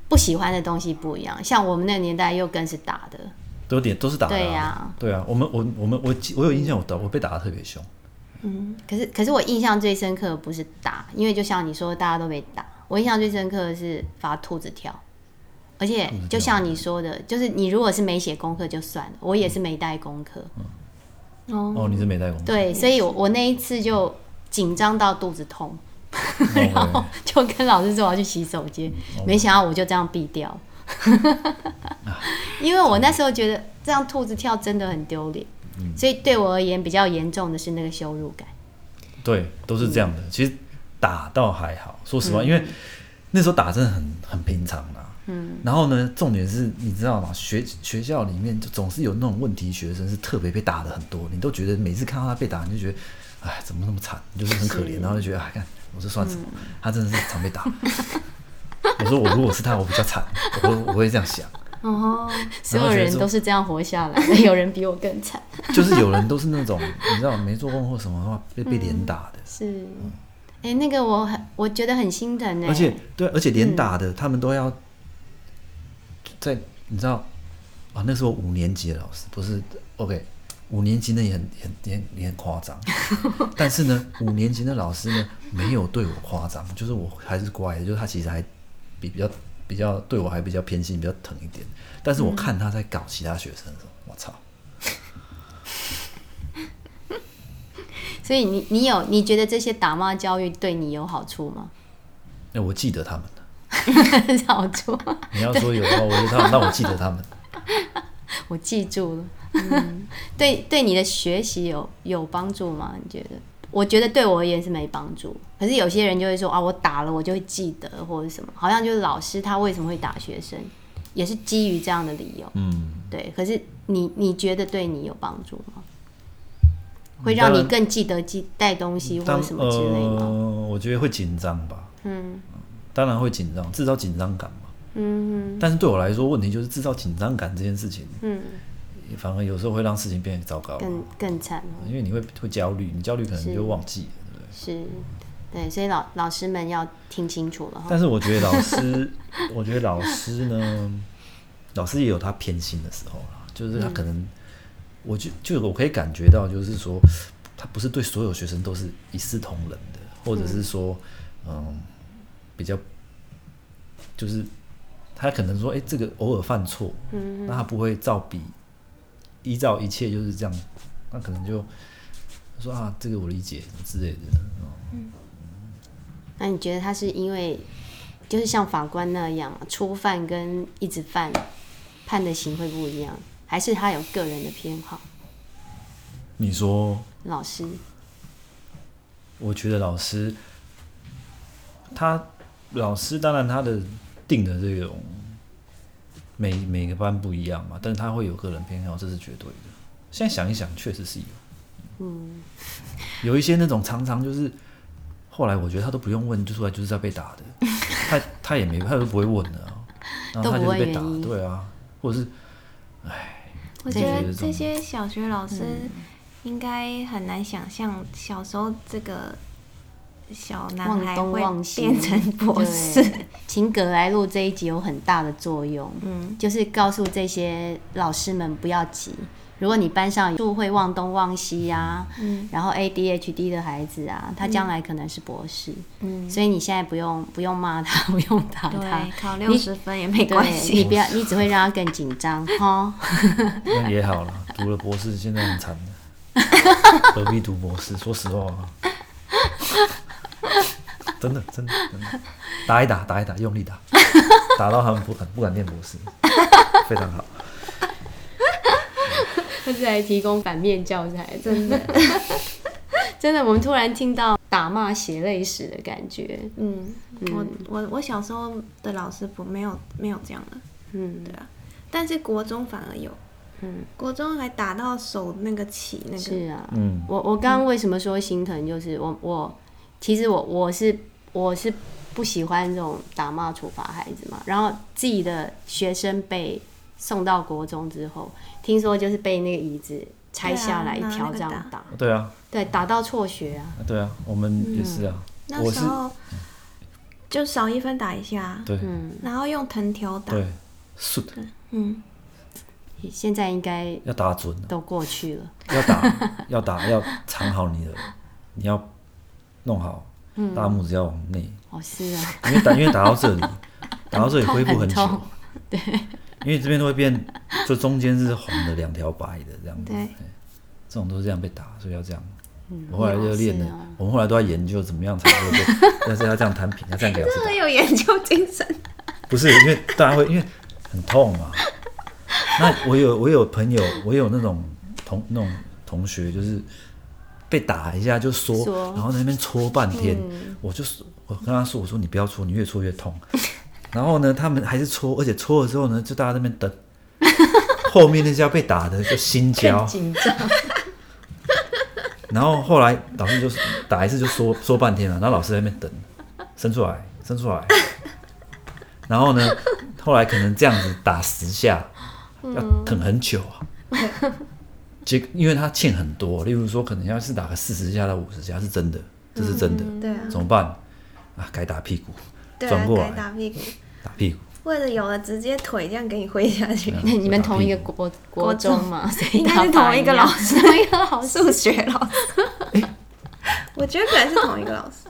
B: 不喜欢的东西不一样，像我们那个年代又更是打的，
C: 都有点都是打的、
B: 对啊
C: 对啊，我们我我们我记我有印象，我打我被打的特别凶。
B: 可是，可是我印象最深刻的不是打，因为就像你说，大家都被打。我印象最深刻的是罚兔子跳，而且就像你说的，就是你如果是没写功课就算了，我也是没带功课。
A: 哦，
C: 哦，你是没带工作，
B: 对，所以我我那一次就紧张到肚子痛，
C: 对
B: (laughs) 然后就跟老师说我要去洗手间，没想到我就这样避掉，因为我那时候觉得这样兔子跳真的很丢脸，所以对我而言比较严重的是那个羞辱感。
C: 对，都是这样的。其实打倒还好，说实话，因为那时候打真的很很平常啦。嗯，然后呢，重点是你知道吗？学学校里面就总是有那种问题学生是特别被打的很多，你都觉得每次看到他被打，你就觉得，哎，怎么那么惨，就是很可怜，然后就觉得，哎，看我这算什么？他真的是常被打。我说我如果是他，我比较惨，我我会这样想。
A: 哦，
B: 所有人都是这样活下来 (laughs) 的，有人比我更惨。
C: 就是有人都是那种你知道没做功课什么的话被被连打的，
B: 是，哎、那个我很，我觉得很心疼哎、
C: 而且对，而且连打的、他们都要在你知道啊，那是我五年级的老师，不是 OK，五年级那也很也很也很也很夸张，但是呢，五年级的老师呢没有对我夸张，就是我还是乖的，就是他其实还比比较比较对我还比较偏心，比较疼一点，但是我看他在搞其他学生的时候，我操，
B: 所以你你有你觉得这些打骂教育对你有好处吗？ (laughs)
C: 哎，我记得他们了。
B: 是好处， (laughs)
C: 你要说有的话，我就他们，那我记得他们。
B: 我记住了。嗯对对，你的学习有有帮助吗？你觉得？我觉得对我而言是没帮助。可是有些人就会说啊，我打了我就会记得或者什么，好像就是老师他为什么会打学生，也是基于这样的理由。
C: 嗯，
B: 对，可是你你觉得对你有帮助吗？会让你更记得记带东西或
C: 嗯当
B: 者什么之类吗？
C: 呃，我觉得会紧张吧，
B: 嗯
C: 当然会紧张，制造紧张感嘛。
B: 嗯
C: 但是对我来说，问题就是制造紧张感这件事情，
B: 嗯，
C: 反而有时候会让事情变得糟糕，
B: 更更惨哦
C: 因为你会会焦虑，你焦虑可能
B: 是
C: 就忘记了，对不对？
B: 是，对，所以老老师们要听清楚了哈。
C: (laughs) 但是我觉得老师，我觉得老师呢， (laughs) 老师也有他偏心的时候啦，就是他可能，我就就我可以感觉到，就是说他不是对所有学生都是一视同仁的，或者是说，嗯，比较就是他可能说，哎、这个偶尔犯错，
B: 嗯
C: 那他不会照比依照一切就是这样，那可能就说啊，这个我理解什么之类的，哦
B: 那你觉得他是因为就是像法官那样嘛，初犯跟一直犯判的刑会不一样，还是他有个人的偏好？
C: 你说
B: 老师，
C: 我觉得老师，他老师当然他的定的这种每每个班不一样嘛，但是他会有个人偏好，这是绝对的。现在想一想，确实是有，嗯，有一些那种常常就是后来我觉得他都不用问，就出来就是要被打的，他他也没他都不会问的、啊，然后他就是被打
B: 都不问原因，
C: 对啊，或者是
A: 我觉得
C: 这些
A: 这些小学老师
B: 嗯
A: 应该很难想象小时候这个小男
B: 忘
A: 孩
B: 东
A: 会
B: 忘西，
A: 变成博士。
B: 对。秦格来录这一集有很大的作用，
A: 嗯，
B: 就是告诉这些老师们不要急。如果你班上就会忘东忘西呀、
A: 嗯
B: 然后 ADHD 的孩子啊，他将来可能是博士，
A: 嗯，
B: 所以你现在不用不用骂他， (laughs) 不用打
A: (laughs)
B: 他
A: 对，，考
B: 你
A: 六十分也没
B: 对
A: 关
B: 你
A: 系。
B: 不要，你只会让他更紧张哈。
C: 那
A: (laughs)
C: 也好了，读了博士现在很惨的，何必读博士？说实话、啊， (laughs) 真的真的真的，打一打打一打，用力打，打到他们不敢不敢念博士，非常好。
B: (laughs) 他是来提供反面教材，真的， (laughs) 真的，我们突然听到打骂血泪史的感觉，
A: 嗯，我我我小时候的老师不没有没有这样的，
B: 嗯，
A: 对啊，但是国中反而有，
B: 嗯，
A: 国中还打到手那个起那个，
B: 是啊，
C: 嗯，
B: 我我刚刚为什么说心疼，就是我我其实我我是我是不喜欢这种打骂处罚孩子嘛，然后自己的学生被送到国中之后，听说就是被那个椅子拆下来一
A: 对啊拿那
B: 条
A: 个
B: 这样
A: 打
B: 打，
C: 对啊
B: 对，打到辍学啊，
C: 对啊，我们也是啊，
A: 嗯那
C: 我是
A: 时候就少一分打一下，
C: 对
B: 嗯，
A: 然后用藤条打，
C: 对，是的
A: 嗯，
B: 现在应该
C: 要打准啊，
B: 都过去了。
C: 要打 (laughs) 要打要藏好你的，你要弄好，
A: 嗯
C: 大拇指要往内，
B: 哦，是啊，
C: 因为打因为打到这
A: (laughs)
C: 里，打到这里恢复很久，
B: 很痛
C: 因为这边都会变，就中间是红的，两条白的这样子。
A: 对 (laughs)
C: 哎这种都是这样被打，所以要这样。我后来就练
B: 是啊
C: 了，我们后来都在研究怎么样才会被，但是要这样摊平，要这样给老师
A: 这
C: 打
A: 个，有研究精神，
C: 不是因为大家会因为很痛嘛。那我有我有朋友，我有那种同那种同学，就是被打一下就缩，
B: 缩嗯
C: 然后在那边搓半天，我就说我跟他说，我说你不要搓，你越搓越痛。 (laughs) 然后呢，他们还是搓，而且搓了之后呢，就大家在那边等， (laughs) 后面那家被打的就心焦
B: 更，紧 (laughs) 张，
C: 然后后来老师就打一次就说说半天了，然后老师在那边等，伸出来，伸出来。然后呢，后来可能这样子打十下，要等很久啊。结因为他欠很多，例如说可能要是打个四十下到五十下是真的，这是真的，
A: 对啊，
C: 怎么办？啊，改打屁股，
A: 对
C: 转
A: 啊，
C: 过
A: 该
C: 来
A: 打屁股，
C: 打屁股。
A: 或者有的直接腿这样给你挥下去，
C: 嗯
A: (laughs)
B: 你们同一个
C: 打屁股
B: 国国中嘛， (laughs) 所以
A: 应该是
B: 打法啊
A: 同一个
B: 样
A: 老
B: (laughs)
A: 师
B: 同一个老师
A: 数学老师，
C: (laughs)
A: 我觉得可能是同一个老师，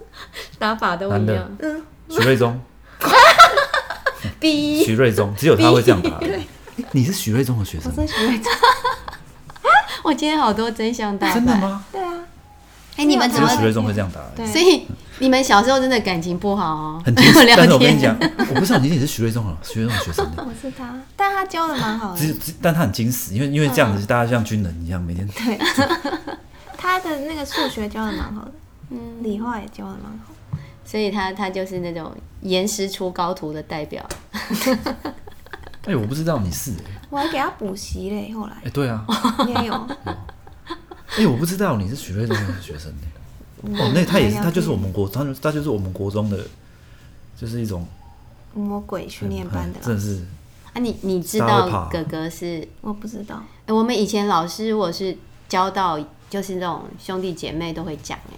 B: 打法都
C: 男
B: 一
C: 的
B: 样。
A: 嗯，
C: 徐瑞忠，
A: (laughs) 逼。
C: 徐瑞忠，只有他会这
A: (laughs)
C: 样打。你是徐瑞忠的学生
A: 我，是学长，
B: 我今天好多真相大白，
C: 真的？吗？
A: 对啊，
B: 哎，你们
C: 只
B: 怎
C: 有
B: 么？
C: 徐瑞忠会这样打而已。
B: 所以你们小时候真的感情不好哦，。
C: 很清楚
B: 聊
C: 但是我跟你
B: 天
C: 讲，我不是很理解是徐瑞忠啊，徐瑞忠的学生的，
A: 我是他，但他教的蛮好
C: 只
A: 的，
C: 只但他很矜持，因为因为这样子，大家像军人一样，每天
A: 对，他的那个数学教的蛮好的，嗯，理化也教的蛮好，
B: 所以他他就是那种严师出高徒的代表。
C: 哎、我不知道你是哎、
A: 我还给他补习嘞，后来
C: 哎、对啊，
A: 也有，
C: (laughs) 哎、我不知道你是许瑞东的学生哎、哦，那他也是，他就是我们国，他他就是我们国中的，就是一种哎
A: 魔鬼训练班的啦，
C: 真的是
B: 啊，你你知
C: 大家会怕
B: 道
C: 啊
B: 哥哥是
A: 我不知道，
B: 欸我们以前老师我是教到，就是那种兄弟姐妹都会讲哎、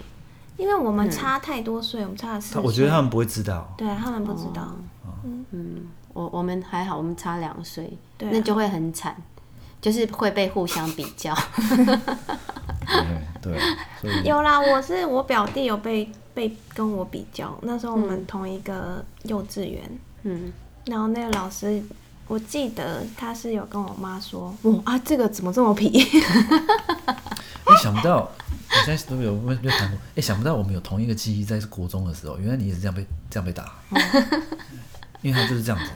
A: 因为我们差太多岁，我们差了四岁，
C: 他，我觉得他们不会
A: (laughs)
C: 知道，
A: 对啊他们不知道，
B: 我我们还好，我们差两岁，
A: 对啊
B: 那就会很惨，就是会被互相比较。 (laughs)
C: 对对，
A: (laughs)
C: 所以
A: 有啦，我是我表弟有被被跟我比较，那时候我们同一个幼稚园，
B: 嗯，
A: 然后那个老师，我记得他是有跟我妈说，哇啊，这个怎么这么皮？ (laughs)
C: 没哎想不到，我现在都没有没有没有谈过，哎、想不到我们有同一个记忆，在是国中的时候，原来你也是这样被这样被打，因为他就是这样子。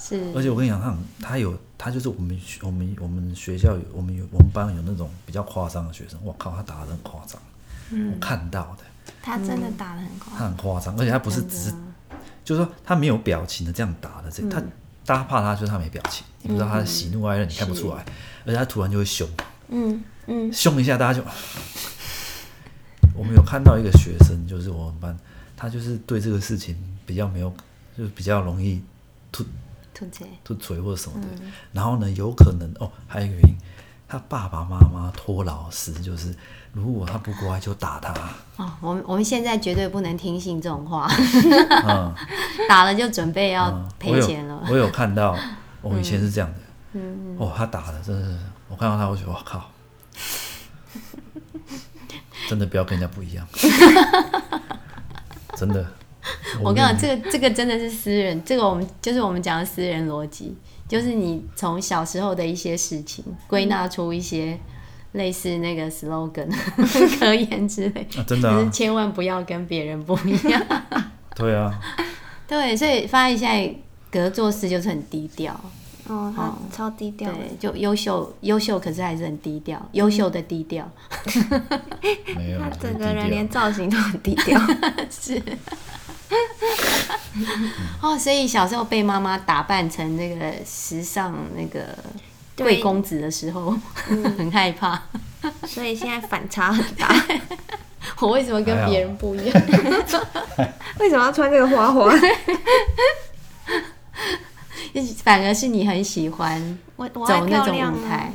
B: 是
C: 而且我跟你讲，他很他有他就是我们学我们我们学校有我们有我们班有那种比较夸张的学生，我靠，他打的很夸张，我看到的，
A: 他真的打得很快，
C: 他很夸张，而且他不是只是，就是说他没有表情的这样打的，这他大家怕他就是他没表情，你不知道他的喜怒哀乐，你看不出来，而且他突然就会凶，
A: 嗯嗯，
C: 凶一下大家就。我们有看到一个学生，就是我们班，他就是对这个事情比较没有，就是比较容易突
B: 兔姐，
C: 吐嘴或者什么的。
B: 嗯
C: 然后呢，有可能哦，还有一个原因，他爸爸妈妈托老师，就是如果他不乖就打他，
B: 哦，我们我们现在绝对不能听信这种话，
C: 嗯，
B: (laughs) 打了就准备要
C: 嗯我
B: 哦赔
C: 有
B: 钱了。嗯
C: 我有
B: (laughs)
C: 看到，我们以前是这样的，哦，他打的真的是，我看到他，我觉得我靠，真的不要跟人家不
B: (laughs)
C: 一样，真的。
B: 我跟你讲，
C: 没有
B: 这个这个真的是私人，这个我们就是我们讲的私人逻辑，就是你从小时候的一些事情归纳出一些类似那个 slogan、格言之类，
C: 啊真的啊
B: 就是千万不要跟别人不一样。 (laughs)
C: 对啊，
B: 对，所以发现现在格做事就是很低调，
A: 哦，他超低调的，
B: 对，就优秀优秀，可是还是很低调，优秀的低调。
C: 没有
A: 他
C: 很
A: 整
C: 低
A: 个人
C: 调
A: 连造型都很低调，
B: 哦，所以小时候被妈妈打扮成那个时尚那个
A: 对
B: 贵公子的时候，
C: 嗯
B: (laughs) 很害怕。
A: (laughs) 所以现在反差很大。
B: (laughs) 我为什么跟别人不一
C: 哎
B: 样？
A: (laughs)
B: (laughs)
A: 为什么要穿这个花花？
B: 反而是你很喜欢
A: (laughs) 我我爱
B: 走那
A: 漂
B: 种
A: 亮
B: 舞
A: 啊，
B: 台。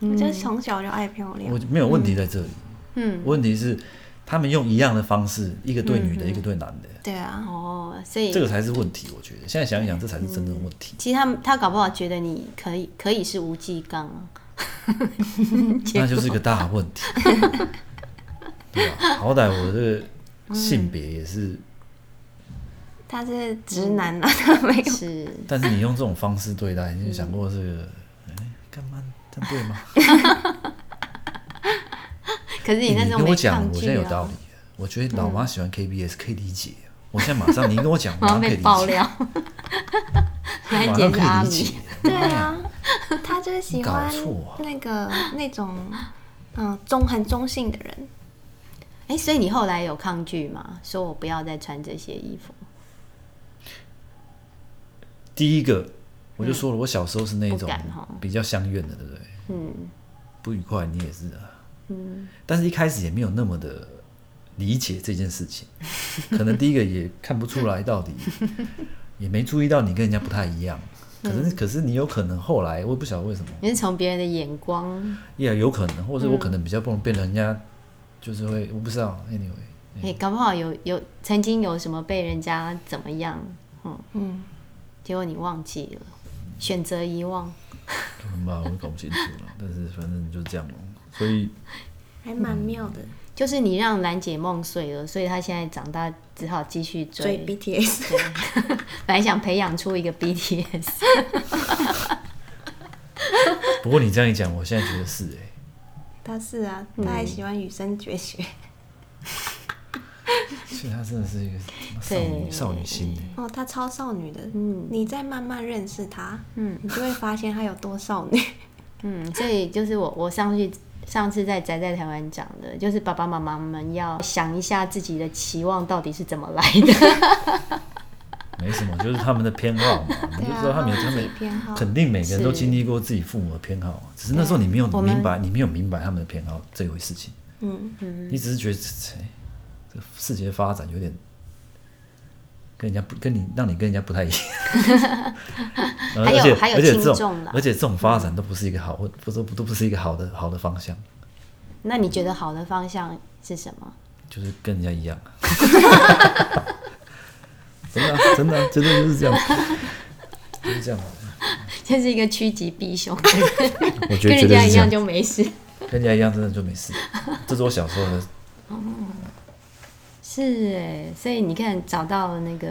A: 我就从小就爱漂亮
C: 我。没有问题在这里，
B: 嗯，
C: 问题是他们用一样的方式，一个对
B: 嗯
C: 女的，一个对男的，
A: 对啊，
B: 哦，所以
C: 这个才是问题。我觉得现在想
B: 嗯
C: 一想，这才是真正的问题。
B: 其实他们他搞不好觉得你可以可以是无忌杠 (laughs) 啊，结
C: 那就是个大问题， (laughs) 对吧、好歹我这个性别也是，
B: 嗯
A: 他是直男啊，他没有。
B: 是
C: 但是你用这种方式对待，你有想过这个？
B: 嗯
C: 哎，干嘛这样对吗？
B: 可 (laughs) 是你那
C: 哎
B: 时候
C: 跟
B: 没
C: 我讲，
B: 抗
C: 我现
B: 拒
C: 在有道
B: 啊
C: 理，。我觉得老妈喜欢 KBS 可以理解。我现在马上，你跟
B: (laughs)
C: 我讲，马
B: 然后
C: 上可以
B: 被
C: 理
B: 爆
C: 解，
B: 料，
C: (laughs) 马
B: 楠姐
C: 上
B: 是
C: 可
B: 阿
C: 以理
B: 米
C: 解。。 (laughs)
A: 对啊， (laughs) 他就是喜欢
C: 搞错啊
A: 那个那种嗯中很中性的人。
B: 哎，所以你后来有抗拒吗？说我不要再穿这些衣服，
C: 第一个，我就说了，我小时候是那
B: 嗯不
C: 种
B: 敢哦
C: 比较相怨的，对不对？
B: 嗯
C: 不愉快，你也是啊。
B: 嗯，
C: 但是一开始也没有那么的理解这件事
B: (laughs)
C: 情，可能第一个也看不出来到底，也没注意到你跟人家不太一样。
B: 嗯
C: 可是，可是你有可能后来，我也不晓得为什么，
B: 你是从别人的眼光，
C: 也有可能，或者
B: 嗯
C: 我可能比较不能被人家，就是会，我不知道，anyway，
B: 哎，搞不好有有曾经有什么被人家怎么样，嗯，
A: 嗯，
B: 结果你忘记了，选择遗忘。
C: 可能吧，我也搞不清楚了。但是反正就是这样咯所以
A: 还蛮妙的。
B: 就是你让兰姐梦碎了，所以她现在长大只好继续追。
A: 追 BTS，
B: 本来想培养出一个 BTS，
C: 不过你这样一讲，我现在觉得是哎、
A: (laughs) 他是啊，他还喜欢羽生结弦。
C: 所以她真的是一个少女
B: 对
C: 少女心哎、
A: 哦，她超少女的，
B: 嗯
A: 你再慢慢认识她，
B: 嗯
A: 你就会发现她有多少 (laughs) 女。
B: (laughs) 嗯，所以就是我我上去上次在宅在台湾讲的，就是爸爸妈 (laughs) 妈们要想一下自己的期望到底是怎么来的。
C: 没没什么，就是他们的偏好嘛，你就知道他们有他
A: 自己
C: 们
A: 偏啊好，哦
C: 肯定每个人都
B: 是
C: 经历过自己父母的偏好啊，只是那时候你没有
B: 我们
C: 明白，你没有明白他们的偏好这回事情，
A: 嗯，
C: 你只是觉得这这世界发展有点跟人家不跟你让你跟人家不太一样，然后
B: 还有
C: 而且
B: 还有
C: 而且
B: 轻重
C: 这种
B: 啦
C: 而且这种发展都不是一个好，不都不都不是一个好的好的方向，
B: 那你觉得好的方向是什么？
C: 就是跟人家一 (laughs) 样，真的啊、真的啊、真的就是这样，就是这样。
B: 这是一个趋吉避凶，
C: 我
B: (laughs) 跟
C: 觉得绝
B: 人
C: 对
B: 家
C: 是
B: 一
C: 这样
B: 样，就没事。
C: 跟人家一样真的就没事。 (laughs) 这是我小时候的，
B: 是哎，所以你看找到了那个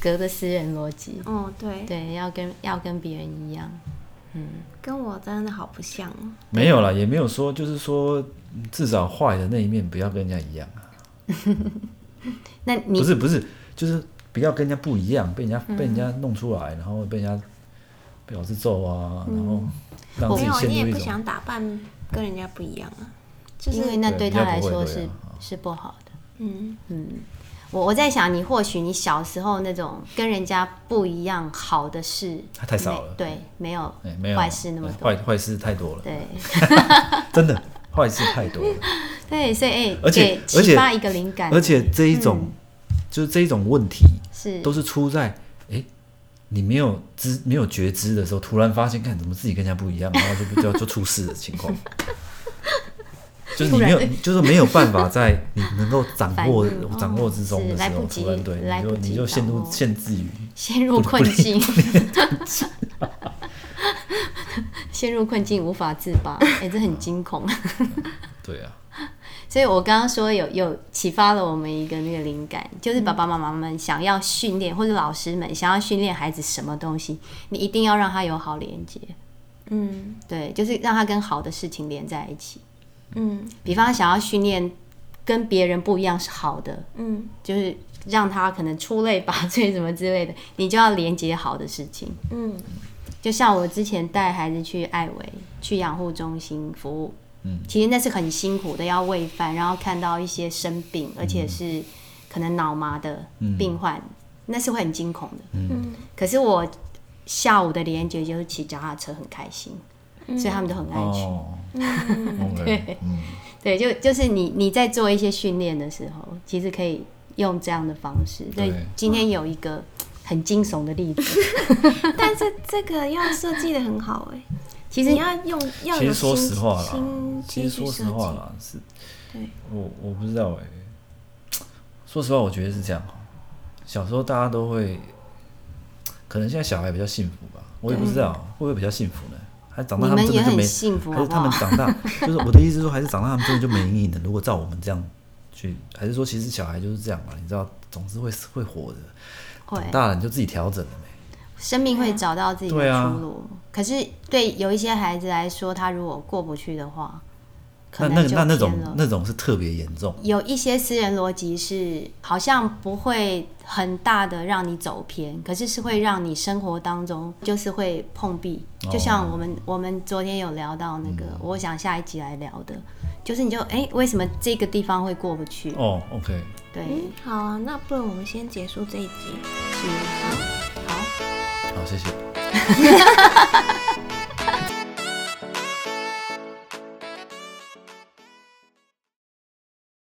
B: 格的私人逻辑，
A: 哦，对，
B: 对，要跟要跟别人一样，
A: 跟我真的好不像哦。
C: 没有啦，也没有说，就是说嗯至少坏的那一面不要跟人家一样啊，
B: 那你
C: 不是不是，就是不要跟人家不一样，被人家、被人家弄出来，然后被人家被老师揍啊，然后让哦自
A: 没
C: 己
A: 有，你
C: 陷
A: 也
C: 入一
A: 不
C: 种
A: 想打扮跟人家不一样啊，就
B: 因为
A: 是
B: 那
C: 对
B: 对
C: 应
B: 他
C: 该
B: 来
C: 不会
B: 说
C: 对
B: 是
C: 啊啊
B: 是不好的。
A: 嗯，
B: 我我在想，你或许你小时候那种跟人家不一样好的事，
C: 它啊太
B: 没
C: 少了
B: 对，没有
C: 哎、没有
B: 坏事那么
C: 哎
B: 多，
C: 坏坏事太多了，
B: 对 (laughs)
C: 真的坏事太多了。
B: 对，所以哎，
C: 而且
B: 给
C: 而且
B: 启发一个灵感，嗯
C: 而且这一种、就是这一种问题，
B: 是
C: 都是出在哎、诶你没有知没有觉知的时候，突然发现，看怎么自己跟人家不一样，然后就不就就出事的
B: (laughs)
C: 情况。就是你没有
B: 突，
C: 就是没有办法在你能够掌
B: (laughs)
C: 握
B: 反应
C: 掌握之中的时
B: 哦是来
C: 候，
B: 不及
C: 突然对，
B: 来
C: 你
B: 不
C: 就
B: 及
C: 你就陷入
B: 掌握
C: 限制于
B: 陷入困境， (laughs) 陷入困境无法自拔，哎、这很惊恐。
C: 对啊，
B: 所以我刚刚说有有启发了我们一个那个灵感，就是爸爸妈妈们想要训练，或者老师们想要训练孩子什么东西，你一定要让他有好连接，
A: 嗯
B: 对，就是让他跟好的事情连在一起。
A: 嗯
B: 比方想要训练跟别人不一样是好的，
A: 嗯
B: 就是让他可能出类拔萃什么之类的，你就要连接好的事情。
A: 嗯
B: 就像我之前带孩子去艾维去养护中心服务，
C: 嗯，
B: 其实那是很辛苦的，要喂饭，然后看到一些生病，而且
C: 嗯
B: 是可能脑麻的病患，那是会很惊恐的。
A: 嗯
B: 可是我下午的连接就是骑脚踏车，很开心，所以他们都很爱去。 (laughs)
C: 哦
A: 嗯，
C: ，OK，嗯，
B: 对，就就是你你在做一些训练的时候，其实可以用这样的方式。
C: 对
B: 今天有一个很惊悚的例子，
A: (laughs) 但是这个要设计的很好哎，
B: 其实
A: 你要用要
C: 其
A: 有
C: 实说
A: 心
C: 实话啦
A: 心，
C: 其实
A: 心去
C: 说实
A: 设
C: 话
A: 计
C: 啦，是
A: 对，
C: 我我不知道哎、说实话，我觉得是这样哦。小时候大家都会，可能现在小孩比较幸福吧，我也不知道会不会比较幸福呢？还是长大
B: 你
C: 他
B: 们
C: 真
B: 也
C: 的就
B: 很
C: 没，
B: 幸福，
C: 还
B: 好
C: 是
B: 不
C: 他们
B: 好？(laughs)
C: 长大，就是我的意思是说，还是长大他们真的就没阴影的。如果照我们这样去，还是说其实小孩就是这样嘛，你知道，总是会会活的。
B: 会
C: 长大了你就自己调整了没？
B: 生命会找到自己
C: 对
B: 的
C: 啊
B: 出路。可是对有一些孩子来说，他如果过不去的话，可
C: 那
B: 能
C: 那
B: 就
C: 那那种
B: 偏了
C: 那种是特别严重，
B: 有一些私人逻辑是好像不会很大的让你走偏，可是是会让你生活当中就是会碰壁。
C: 哦嗯
B: 就像我们、我们昨天有聊到那个，我想下一集来聊的，就是你就哎、诶为什么这个地方会过不去？
C: 哦，OK，
B: 对，
A: 嗯，好啊，那不然我们先结束这一集。
B: 是好。
C: 好，谢谢。